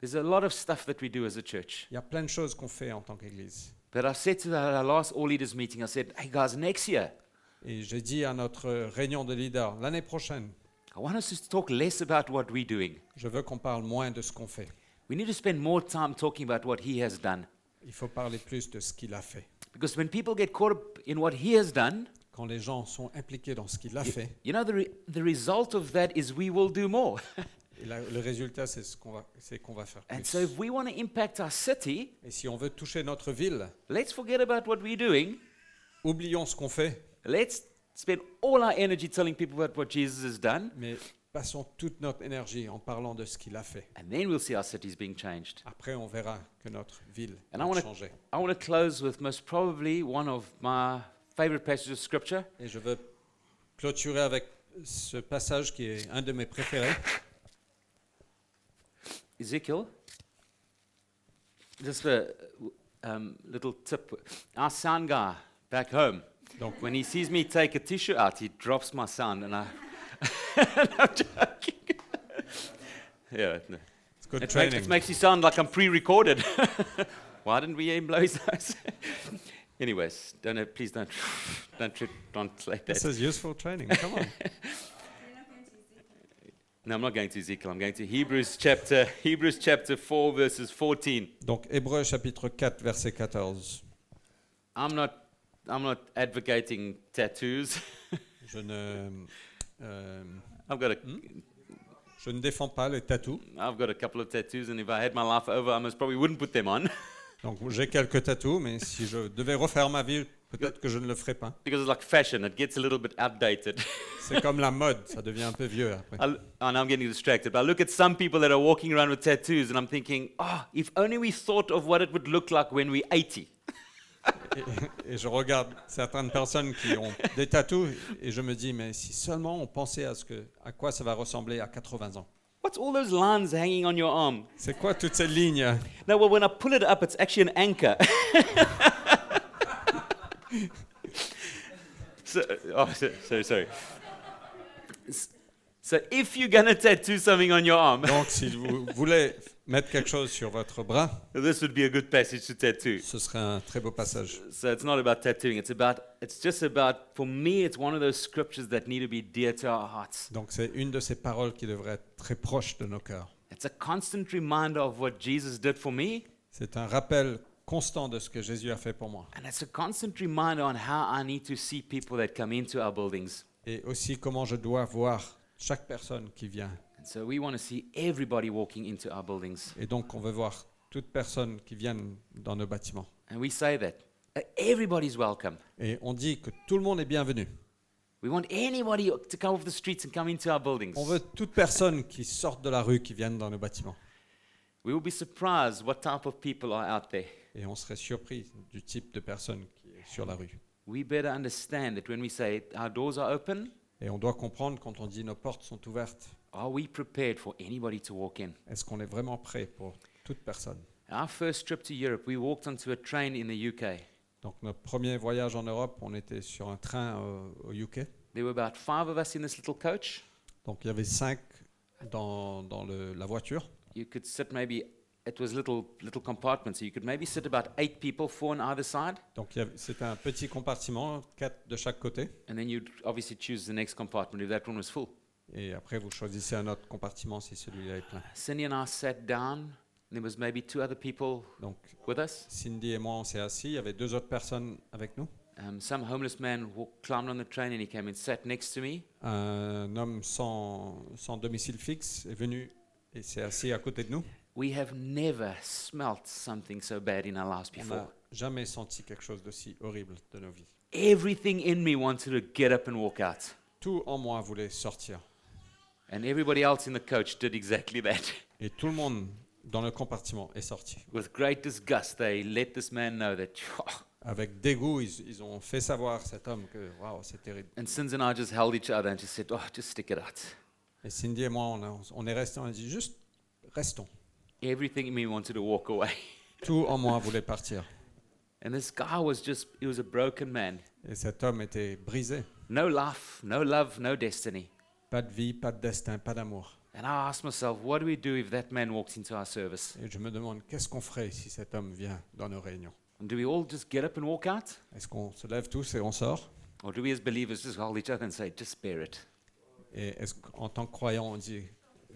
S1: There's a lot of stuff that we do as a church.
S2: il y a plein de choses qu'on fait en tant qu'église.
S1: But I said to our last all leaders meeting, I said, "Hey guys, next year,
S2: Et j'ai dit à notre réunion de leaders, l'année prochaine,
S1: I want us to talk less about what we're doing.
S2: je veux qu'on parle moins de ce qu'on fait.
S1: We need to spend more time talking about what he has done.
S2: Il faut parler plus de ce qu'il a fait.
S1: Because when people get caught up in what he has done,
S2: Quand les gens sont impliqués dans ce qu'il a fait,
S1: you know, the, re- the result of that is we will do more.
S2: et la- le résultat, c'est ce qu'on va, c'est qu'on va faire.
S1: and
S2: plus.
S1: so if we want to impact our city,
S2: Et si on veut toucher notre ville,
S1: let's forget about what we're doing.
S2: oublions ce qu'on fait,
S1: Let's spend all our energy telling people about what Jesus has done.
S2: mais passons toute notre énergie en parlant de ce qu'il a fait.
S1: And then we'll see our cities being changed.
S2: Après, on verra que notre ville
S1: And I
S2: va
S1: wanna-
S2: changer.
S1: I want to close with most probably one of my favorite passages of scripture.
S2: Et je veux clôturer avec ce passage qui est un de mes préférés.
S1: Ezekiel, just a um, little tip. Our sound guy back home,
S2: Donc-
S1: when he sees me take a tissue out, he drops my sound, and I. I'm joking. yeah, no.
S2: It's good
S1: it, makes,
S2: training.
S1: it makes you sound like I'm pre-recorded. Why didn't we aim blow his eyes? Anyways, don't know, please don't don't tr- translate that.
S2: This is useful training. Come on.
S1: No, I'm not going to Ezekiel. I'm going to Hebrews chapter Hebrews chapter four verses fourteen.
S2: Donc Hébreux chapitre 4 verset 14.
S1: I'm not I'm not advocating tattoos.
S2: Je ne euh,
S1: I've got a
S2: je ne défends pas les tatous.
S1: have got a couple of tattoos and if I had my life over I most probably wouldn't put them on
S2: Donc j'ai quelques tatous mais si je devais refaire ma vie, peut-être que je ne le ferais pas.
S1: because it's like fashion it gets a little bit outdated.
S2: C'est comme la mode, ça devient un peu vieux après.
S1: I l- and I'm getting distracted. But I look at some people that are walking around with tattoos and I'm thinking, "Oh, if only we thought of what it would look like when we're 80."
S2: Et, et je regarde certaines personnes qui ont des tatous et je me dis mais si seulement on pensait à ce que à quoi ça va ressembler à 80 ans.
S1: What's all those lines hanging on your arm?
S2: C'est quoi toutes ces lignes
S1: No, well when I pull it up it's actually an anchor. so, oh, so- sorry, sorry. S- So if you're gonna tattoo something on your arm,
S2: Donc si vous voulez mettre quelque chose sur votre bras,
S1: this would be a good passage to tattoo.
S2: ce serait un très beau passage.
S1: So it's not about tattooing. It's about. It's just about. For me, it's one of those scriptures that need to be dear to our hearts.
S2: Donc c'est une de ces paroles qui devrait être très proche de nos cœurs.
S1: It's a constant reminder of what Jesus did for me,
S2: C'est un rappel constant de ce que Jésus a fait pour moi.
S1: And it's a constant reminder on how I need to see people that come into our buildings.
S2: Et aussi comment je dois voir chaque personne qui vient.
S1: And so we want to see everybody walking into our buildings.
S2: Et donc, on veut voir toute personne qui vient dans nos bâtiments.
S1: And we say that uh, everybody's welcome.
S2: Et on dit que tout le monde est bienvenu.
S1: We want anybody to come off the streets and come into our buildings.
S2: On veut toute personne qui sorte de la rue qui vienne dans nos bâtiments.
S1: We will be surprised what type of people are out there.
S2: Et on serait surpris du type de personne qui est sur la rue.
S1: We better understand that when we say our doors are open,
S2: Et on doit comprendre quand on dit nos portes sont ouvertes,
S1: are we prepared for anybody to walk in?
S2: est-ce qu'on est vraiment prêt pour toute personne
S1: Our first trip to Europe, we walked onto a train in the UK.
S2: Donc notre premier voyage en Europe, on était sur un train euh, au UK.
S1: There were about five of us in this little coach.
S2: Donc il y avait cinq dans, dans le- la voiture.
S1: You could sit maybe it was little little compartments, so you could maybe sit about eight people, four on either side,
S2: Donc il y avait- c'était un petit compartiment, quatre de chaque côté.
S1: and then you'd obviously choose the next compartment if that one was full.
S2: Et après, vous choisissez un autre compartiment si celui-là est plein.
S1: Cindy and I sat down. and There was maybe two other people
S2: Donc
S1: with us.
S2: Cindy et moi, on s'est assis. Il y avait deux autres personnes avec nous.
S1: Um, some homeless man wa- climbed on the train and he came and sat next to me.
S2: Un homme sans, sans domicile fixe est venu et s'est assis à côté de nous.
S1: We have never smelt something so bad in our lives
S2: On
S1: before.
S2: n'a jamais senti quelque chose d'aussi horrible de nos vies.
S1: Everything in me wanted to get up and walk out.
S2: Tout en moi voulait sortir.
S1: And everybody else in the coach did exactly that.
S2: Et tout le monde dans le compartiment est sorti.
S1: With great disgust, they let this man know that.
S2: Avec dégoût, ils, ils ont fait savoir cet homme que waouh, c'est terrible.
S1: And Sins and I just held each other and just said, oh, just stick it out.
S2: Et Cindy et moi, on, a- on est restés, on a dit juste restons.
S1: Everything in me wanted to walk away.
S2: Tout en moi voulait partir.
S1: And this guy was just, he was a broken man.
S2: Et cet homme était brisé.
S1: No life, no love, no destiny.
S2: Pas de vie, pas de destin, pas d'amour.
S1: And I asked myself, what do we do if that man walks into our service?
S2: Et je me demande qu'est-ce qu'on ferait si cet homme vient dans nos réunions.
S1: And do we all just get up and walk out?
S2: Est-ce qu'on se lève tous et on sort
S1: Or do we as believers just hold each other and say, just bear it?
S2: Et est-ce qu'en tant que croyant, on dit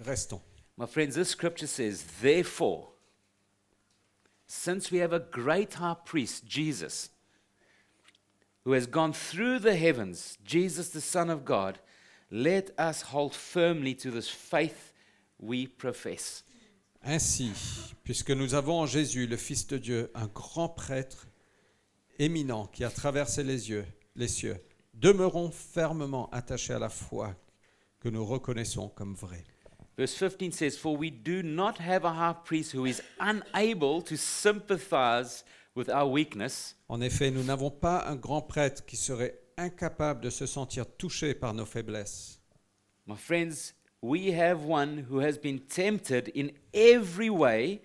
S2: restons
S1: My friends, this scripture says, therefore, since we have a great high priest, Jesus, who has gone through the heavens, Jesus, the Son of God, let us hold firmly to this faith we profess.
S2: Ainsi, puisque nous avons en Jésus, le Fils de Dieu, un grand prêtre éminent qui a traversé les, yeux, les cieux, demeurons fermement attachés à la foi que nous reconnaissons comme vraie.
S1: Verse 15 says, For we do not have a high priest who is unable to sympathize with our weakness,
S2: En effet, nous n'avons pas un grand prêtre qui serait incapable de se sentir touché par nos faiblesses.
S1: My friends, we have one who has been tempted in every way,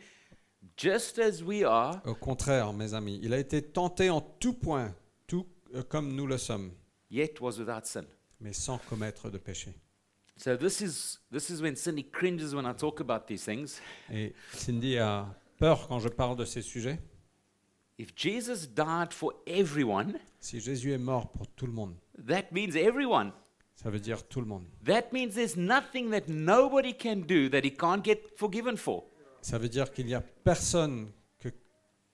S1: just as we are,
S2: Au contraire, mes amis, il a été tenté en tout point, tout euh, comme nous le sommes,
S1: yet was without sin.
S2: mais sans commettre de péché.
S1: So this is this is when Cindy cringes when I talk about these things.
S2: Et Cindy a peur quand je parle de ces sujets.
S1: If Jesus died for everyone,
S2: Si Jésus est mort pour tout le monde,
S1: that means everyone.
S2: Ça veut dire tout le monde.
S1: That means there's nothing that nobody can do that he can't get forgiven for.
S2: Ça veut dire qu'il n'y a personne que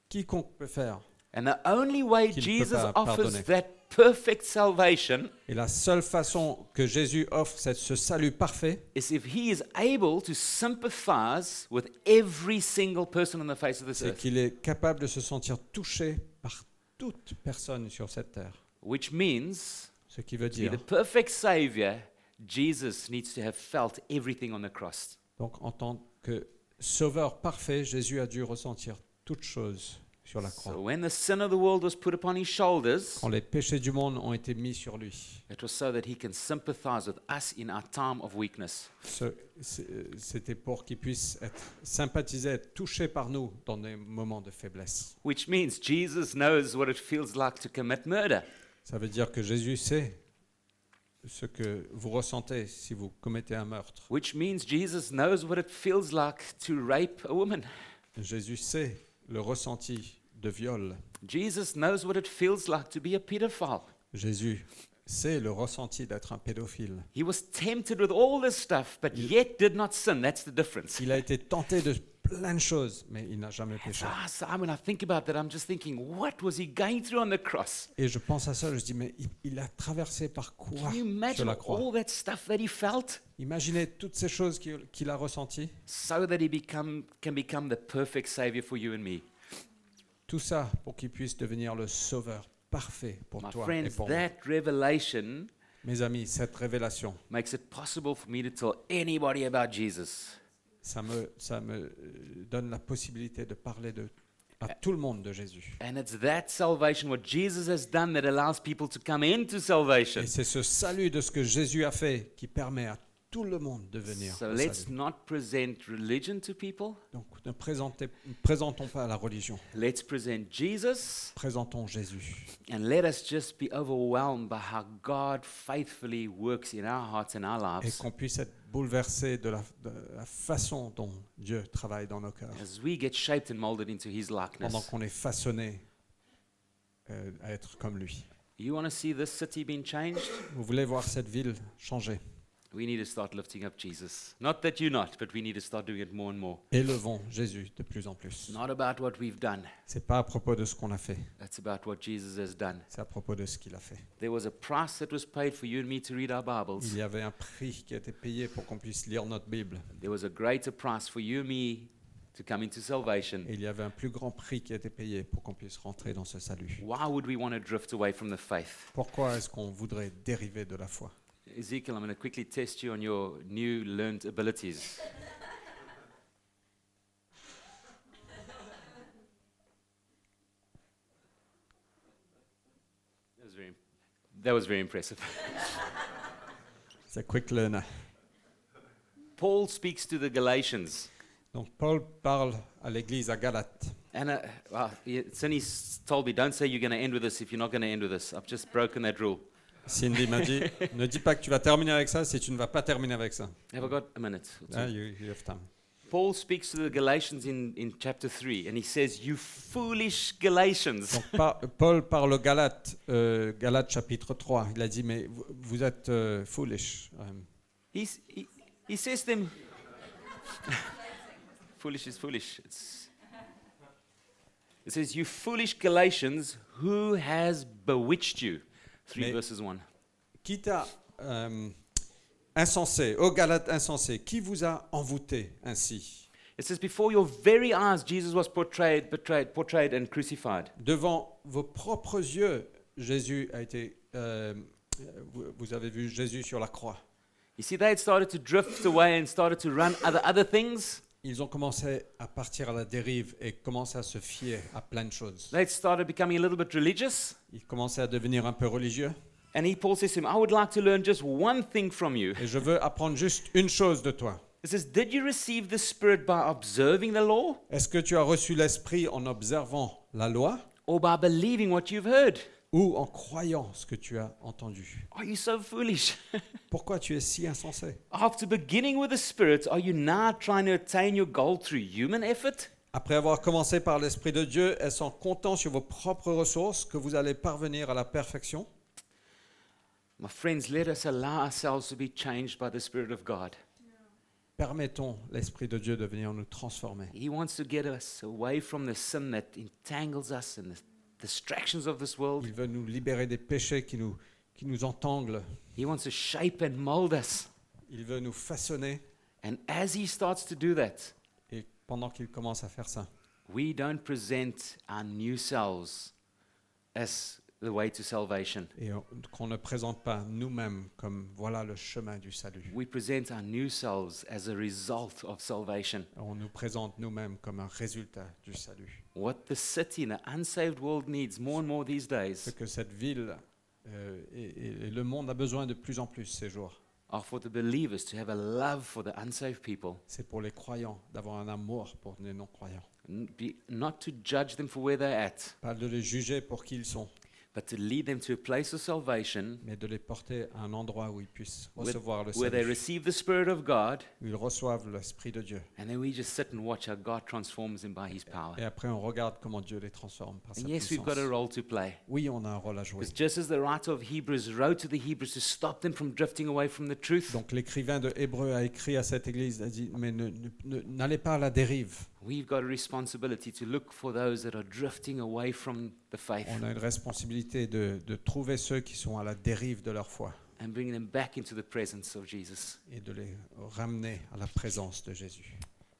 S2: quiconque peut faire.
S1: And the only way
S2: Qu'il ne peut
S1: Jesus
S2: pas
S1: offers
S2: pardonner.
S1: that perfect salvation
S2: Et la seule façon que Jésus offre cette- ce salut parfait,
S1: is if he is able to sympathize with every single person on the face of this
S2: c'est
S1: earth.
S2: qu'il est capable de se sentir touché par toute personne sur cette terre.
S1: Which means,
S2: Ce qui veut
S1: to be
S2: dire,
S1: the perfect Savior, Jesus needs to have felt everything on the cross.
S2: donc en tant que sauveur parfait, Jésus a dû ressentir toute chose sur la
S1: So
S2: croix.
S1: when the sin of the world was put upon his shoulders,
S2: Quand les péchés du monde ont été mis sur lui,
S1: it was so that he can sympathize with us in our time of weakness.
S2: ce- c'est- c'était pour qu'il puisse être sympathisé, être touché par nous dans des moments de faiblesse.
S1: Which means Jesus knows what it feels like to commit murder.
S2: Ça veut dire que Jésus sait ce que vous ressentez si vous commettez un meurtre.
S1: Which means Jesus knows what it feels like to rape a woman.
S2: Jésus sait le ressenti de viol.
S1: Jesus knows what it feels like to be a pedophile.
S2: Jésus sait le ressenti d'être un pédophile.
S1: He was tempted with all this stuff, but yet did not sin. That's the difference.
S2: Il a été tenté de plein de choses, mais il n'a jamais péché.
S1: So, ah, so when I think about that, I'm just thinking, what was he going through on the cross?
S2: Et je pense à ça, je dis, mais il, il a traversé par quoi
S1: Can you
S2: Ah, sur
S1: imagine
S2: la croix
S1: all that stuff that he felt
S2: Imaginez toutes ces choses qu'il qu'il a ressenties,
S1: so that he become, can become the perfect Savior for you and me?
S2: tout ça pour qu'il puisse devenir le sauveur parfait pour
S1: My
S2: toi et
S1: friends,
S2: pour moi.
S1: that revelation
S2: Mes amis, cette révélation,
S1: makes it possible for me to tell anybody about Jesus.
S2: ça me, ça me euh, donne la possibilité de parler de, à tout le monde de Jésus.
S1: And it's that salvation, what Jesus has done, that allows people to come into salvation.
S2: Et c'est ce salut de ce que Jésus a fait qui permet à tout le monde de venir.
S1: So
S2: au
S1: let's
S2: salut.
S1: not present religion to people.
S2: Donc ne, présentez- ne présentons pas la religion,
S1: Let's present Jesus
S2: présentons Jésus.
S1: and let us just be overwhelmed by how God faithfully works in our hearts and our
S2: Et
S1: lives
S2: qu'on puisse être bouleversé de la, de la façon dont Dieu travaille dans nos cœurs,
S1: as we get shaped and molded into His
S2: pendant
S1: likeness.
S2: qu'on est façonné euh, à être comme lui.
S1: You want to see this city being changed?
S2: Vous voulez voir cette ville changer
S1: We need to start lifting up Jesus. Not that you're not, but we need to start doing it more and more.
S2: Élevons Jésus de plus en
S1: It's
S2: plus.
S1: not about what we've done,
S2: C'est pas à propos de ce qu'on a fait,
S1: it's about what Jesus has done.
S2: c'est à propos de ce qu'il a fait.
S1: There was a price that was paid for you and me to read our Bibles.
S2: Il y avait un prix qui a été payé pour qu'on puisse lire notre Bible.
S1: There was a greater price for you and me to come into salvation.
S2: Et il y avait un plus grand prix qui a été payé pour qu'on puisse rentrer dans ce salut.
S1: Why would we want to drift away from the faith?
S2: Pourquoi est-ce qu'on voudrait dériver de la foi
S1: Ezekiel, I'm going to quickly test you on your new learned abilities. That was very, that was very impressive.
S2: C'est quick learner.
S1: Paul speaks to the Galatians.
S2: Donc Paul parle à l'église à Galate.
S1: And uh, well, yeah, Cindy s- told me, don't say you're going to end with this if you're not going to end with this. I've just broken that rule.
S2: Cindy m'a dit, ne dis pas que tu vas terminer avec ça si tu ne vas pas terminer avec ça.
S1: Have I got a minute? or two?
S2: Ah, you- you have time.
S1: Paul speaks to the Galatians in, in chapter 3, and he says, You foolish Galatians.
S2: Donc, pa- Paul parle aux Galates, euh, Galates chapitre 3. Il a dit, mais vous, vous êtes euh, foolish. Euh,
S1: He's, he, he says to them, Foolish is foolish. It's, it says, You foolish Galatians, who has bewitched you? 3
S2: Mais-
S1: verses 1.
S2: qui t'a euh, insensé, ô Galates insensé, qui vous a envoûté ainsi
S1: It says, Before your very eyes, Jesus was portrayed, betrayed, portrayed, and crucified.
S2: Devant vos propres yeux, Jésus a été... euh, vous- vous avez vu Jésus sur la croix.
S1: You see, they had started to drift away and started to run other, other things.
S2: Ils ont commencé à partir à la dérive et commencé à se fier à plein de choses.
S1: They had started becoming a little bit religious.
S2: Ils commençaient à devenir un peu religieux.
S1: And he, Paul says to him, I would like to learn just one thing from you.
S2: Et je veux apprendre juste une chose de toi.
S1: He says, Did you receive the Spirit by observing the law
S2: Est-ce que tu as reçu l'Esprit en observant la loi
S1: or by believing what you've heard?
S2: ou en croyant ce que tu as entendu
S1: Are you so foolish?
S2: Pourquoi tu es si insensé
S1: After beginning with the Spirit, are you now trying to attain your goal through human effort?
S2: Après avoir commencé par l'Esprit de Dieu, est-ce en comptant sur vos propres ressources que vous allez parvenir à la perfection
S1: My friends, let us allow ourselves to be changed by the Spirit of God.
S2: Permettons l'Esprit de Dieu de venir nous transformer.
S1: He wants to get us away from the sin that entangles us and the distractions of this world.
S2: Il veut nous libérer des péchés qui nous, qui nous entanglent.
S1: He wants to shape and mold us.
S2: Il veut nous façonner.
S1: And as He starts to do that,
S2: Et pendant qu'il commence à faire ça,
S1: we don't present our new selves as the way to salvation.
S2: et on- qu'on ne présente pas nous-mêmes comme voilà le chemin du salut.
S1: We present our new selves as a result of salvation.
S2: On nous présente nous-mêmes comme un résultat du salut.
S1: What the city and the unsaved world needs more and more these
S2: Ce
S1: days
S2: que cette ville euh, et, et- et le monde a besoin de plus en plus ces jours,
S1: are for the believers to have a love for the unsaved people,
S2: c'est pour les croyants d'avoir un amour pour les non-croyants.
S1: n- be- not to judge them for where they're at,
S2: Pas de les juger pour qui ils sont,
S1: but to lead them to a place of salvation
S2: mais de les porter à un endroit où ils puissent
S1: Where-
S2: recevoir le
S1: where they
S2: salut,
S1: receive the Spirit of God,
S2: où ils reçoivent l'Esprit de Dieu.
S1: and then we just sit and watch how God transforms them by His power.
S2: Et après, on regarde comment Dieu les transforme par sa
S1: And yes, we've got a
S2: puissance.
S1: role to play.
S2: Oui, on a un rôle à jouer.
S1: Because just as the writer of Hebrews wrote to the Hebrews to stop them from drifting away from the truth,
S2: Donc l'écrivain de Hébreu a écrit à cette église, a dit, mais ne- ne- ne- n'allez pas à la dérive.
S1: We've got a responsibility to look for those that are drifting away from the faith
S2: On a une responsabilité de, de trouver ceux qui sont à la dérive de leur foi
S1: and bring them back into the presence of Jesus.
S2: et de les ramener à la présence de Jésus.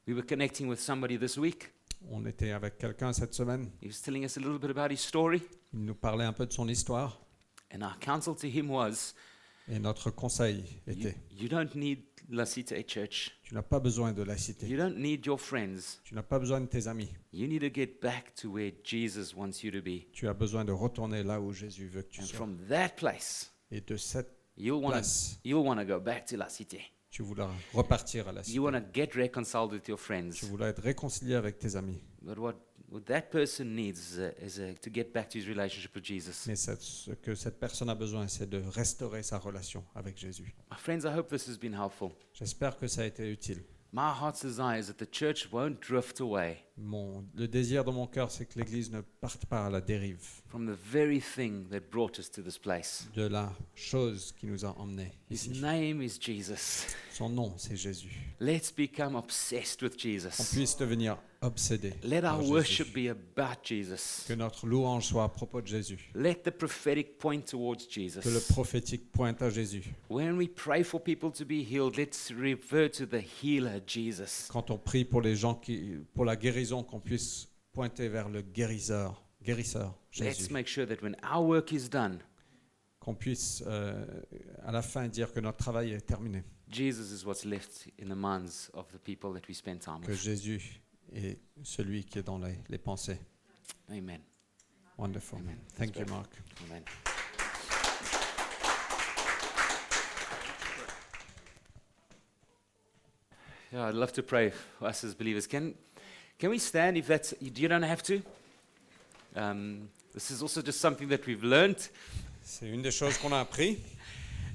S1: We were connecting with somebody this week.
S2: On était avec quelqu'un cette semaine,
S1: He was telling us a little bit about his story,
S2: il nous parlait un peu de son histoire,
S1: and our counsel to him was
S2: et notre conseil
S1: you,
S2: était,
S1: you don't need La Cité Church.
S2: tu n'as pas besoin de la
S1: You
S2: cité,
S1: don't need your friends.
S2: tu n'as pas besoin de tes amis,
S1: You need to get back to where Jesus wants you to be.
S2: tu as besoin de retourner là où Jésus veut que tu
S1: And
S2: sois.
S1: from that place,
S2: Et de cette
S1: you'll want to
S2: place,
S1: you'll want to go back to La Cité.
S2: tu voulais repartir à la cité,
S1: You want to get reconciled with your
S2: tu
S1: friends.
S2: voulais être réconcilié avec tes amis.
S1: But what, what that person needs is, a, is a, to get back to his relationship with Jesus.
S2: Mais c'est ce que cette personne a besoin, c'est de restaurer sa relation avec Jésus.
S1: My friends, I hope this has been helpful.
S2: J'espère que ça a été utile.
S1: My heart's desire is that the church won't drift away
S2: Mon- le désir de mon cœur, c'est que l'Église ne parte pas à la dérive
S1: from the very thing that brought us to this place.
S2: de la chose qui nous a emmenés
S1: His
S2: ici.
S1: name is Jesus.
S2: Son nom, c'est Jésus.
S1: Let's become obsessed with
S2: Qu'on
S1: Jesus.
S2: puisse devenir obsédé.
S1: Let
S2: par
S1: our
S2: Jésus.
S1: worship be about Jesus.
S2: Que notre louange soit à propos de Jésus.
S1: Let the prophetic point towards
S2: Que le
S1: Jesus.
S2: prophétique pointe à Jésus.
S1: When we pray for people to be healed, let's refer to the healer, Jesus.
S2: Quand on prie pour les gens qui, pour la guérison, qu'on puisse pointer vers le guérisseur, guérisseur
S1: Let's
S2: Jésus.
S1: make sure that when our work is done,
S2: Qu'on puisse euh, à la fin dire que notre travail est terminé.
S1: Jesus is what's left in the minds of the people that we spend time
S2: Que
S1: with.
S2: Jésus est celui qui est dans les, les pensées.
S1: Amen.
S2: Wonderful.
S1: Amen.
S2: Thank you,
S1: That's
S2: Mark.
S1: Amen. Yeah, I'd love to pray for us as believers. Can, can we stand if that's, you don't have to? Um, this is also just something that we've learned.
S2: C'est une des choses qu'on a appris.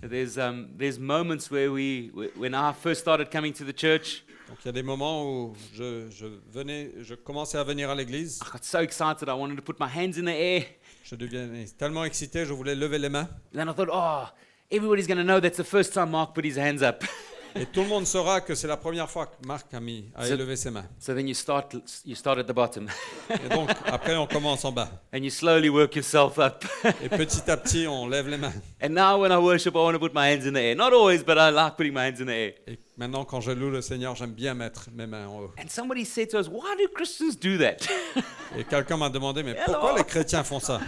S1: There's, um, there's moments where we, wh- when I first started coming to the church,
S2: Donc il y a des moments où je, je venais, je commençais à venir à l'église.
S1: I got so excited I wanted to put my hands in the air.
S2: Je devenais tellement excité, je voulais lever les mains.
S1: Then I thought, oh, everybody's going to know that's the first time Mark put his hands up.
S2: Et tout le monde saura que c'est la première fois que Marc a, mis, a
S1: C'est-
S2: élevé ses mains.
S1: so then you start, you start at the bottom
S2: Et donc après, on commence en bas.
S1: and you slowly work yourself up.
S2: Et petit à petit, on lève les mains.
S1: and now when I worship, I want to put my hands in the air. Not always, but I like putting my hands in the air.
S2: Et maintenant, quand je loue le Seigneur, j'aime bien mettre mes mains en haut.
S1: And somebody said to us, why do Christians do that?
S2: Et quelqu'un m'a demandé, mais
S1: Hello.
S2: pourquoi les chrétiens font ça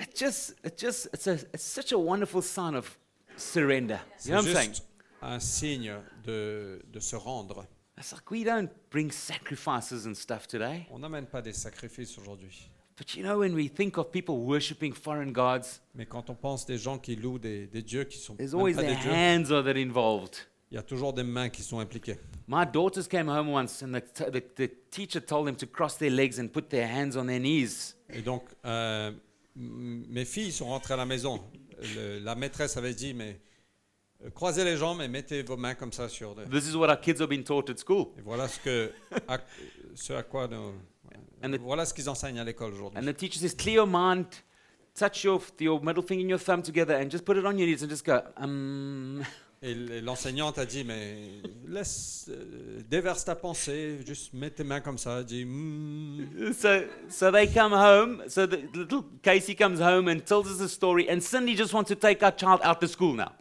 S1: it just, it just, it's, a, it's such a wonderful sign of surrender. You know
S2: C'est
S1: what I'm saying?
S2: juste un signe de, de se rendre.
S1: It's like we don't bring sacrifices and stuff today.
S2: On n'amène pas des sacrifices aujourd'hui.
S1: But you know, when we think of people worshipping foreign gods,
S2: Mais quand on pense des gens qui louent des, des dieux qui sont
S1: there's
S2: même
S1: always
S2: pas
S1: their
S2: des dieux,
S1: hands are that involved.
S2: il y a toujours des mains qui sont impliquées.
S1: My daughters came home once, and the, t- the, the teacher told them to cross their legs and put their hands on their knees.
S2: Et donc, euh, m- mes filles sont rentrées à la maison. Le- la maîtresse avait dit, mais euh, croisez les jambes et mettez vos mains comme ça sur. le-
S1: This is what our kids have been taught at school.
S2: Et voilà ce que, à, ce à quoi nous-
S1: And the-
S2: voilà ce qu'ils enseignent à l'école aujourd'hui.
S1: And the teacher says, clear your mind, touch your, your middle finger and your thumb together, and just put it on your knees and just go, um.
S2: Et l- l'enseignante a dit, mais laisse, euh, déverse ta pensée, juste mets tes mains comme ça. Elle dit, Hmm.
S1: So, so they come home. So the little Casey comes home and tells us the story, and Cindy just wants to take our child out to school now.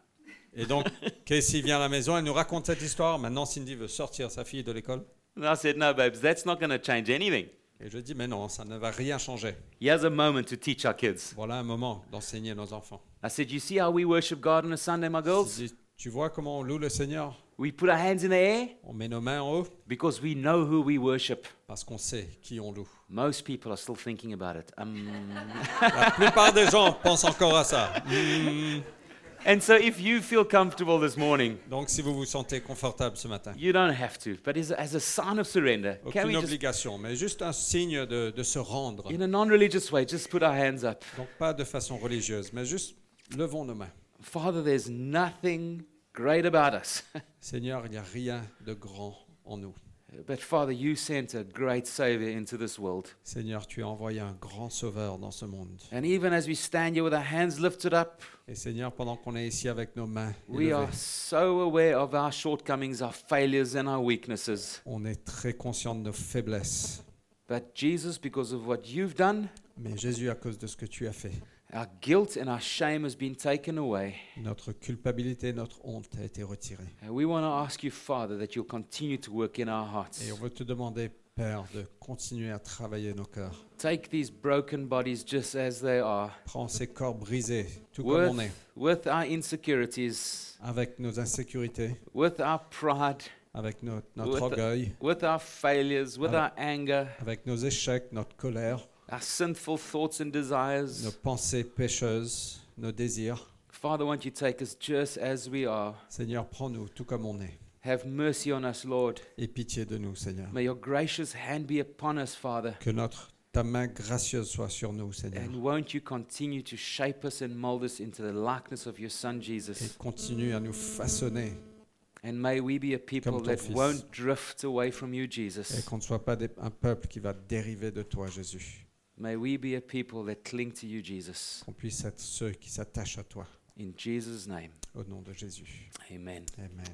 S2: Et donc, Casey vient à la maison, elle nous raconte cette histoire. Maintenant, Cindy veut sortir sa fille de l'école.
S1: And I said, No, babes, that's not going to change anything.
S2: Et je dis, mais non, ça ne va rien changer.
S1: Here's a moment to teach our kids.
S2: Voilà un moment d'enseigner nos enfants.
S1: I said, You see how we worship God on a Sunday, my girls?
S2: Je dis, tu vois comment on loue le Seigneur
S1: We put our hands in the air
S2: On met nos mains en haut
S1: because we know who we worship.
S2: parce qu'on sait qui on loue.
S1: Most people are still thinking about it. Um,
S2: La plupart des gens pensent encore à ça.
S1: and so, if you feel comfortable this morning,
S2: Donc, si vous vous sentez confortable ce matin,
S1: you don't have to, but as, as a sign of surrender, can we
S2: aucune
S1: just,
S2: obligation, mais juste un signe de, de se rendre.
S1: in a non religious way, just put our hands up?
S2: Donc, pas de façon religieuse, mais juste levons nos mains.
S1: Father, there's nothing great about us.
S2: Seigneur, il n'y a rien de grand en nous.
S1: But Father, you sent a great Savior into this world.
S2: Seigneur, tu as envoyé un grand sauveur dans ce monde.
S1: And even as we stand here with our hands lifted up,
S2: Et Seigneur, pendant qu'on est ici avec nos mains,
S1: we
S2: élevées,
S1: are so aware of our shortcomings, our failures, and our weaknesses.
S2: on est très conscient de nos faiblesses.
S1: But Jesus, because of what you've done,
S2: Mais Jésus, à cause de ce que tu as fait,
S1: our guilt and our shame has been taken away.
S2: notre culpabilité, notre honte a été retirée.
S1: And we want to ask you, Father, that you'll continue to work in our hearts.
S2: Et on veut te demander, Père, de continuer à travailler nos cœurs.
S1: Take these broken bodies just as they are,
S2: Prends ces corps brisés, tout comme on
S1: with,
S2: est,
S1: with our insecurities,
S2: avec nos insécurités,
S1: with our pride,
S2: avec no- notre
S1: With-
S2: orgueil,
S1: with our failures, with our
S2: Ah.
S1: anger,
S2: avec nos échecs, notre colère,
S1: our sinful thoughts and
S2: nos
S1: desires.
S2: pensées pécheuses, nos désirs.
S1: Father, won't you take us just as we are?
S2: Seigneur, prends-nous tout comme on est.
S1: Have mercy on us, Lord.
S2: Et pitié de nous, Seigneur.
S1: May your gracious hand be upon us, Father.
S2: Que notre, ta main gracieuse soit sur nous, Seigneur.
S1: And won't you continue to shape us and mold us into the likeness of your Son,
S2: Et
S1: Jesus?
S2: continue à nous façonner
S1: And may we be a people
S2: Comme ton
S1: that
S2: fils.
S1: won't drift away from you,
S2: et
S1: Jesus.
S2: qu'on ne soit pas des- un peuple qui va dériver de toi, Jésus.
S1: May we be a people that cling to you, Jesus.
S2: Qu'on puisse être ceux qui s'attachent à toi.
S1: In Jesus' name,
S2: Au nom de Jésus.
S1: amen.
S2: Amen.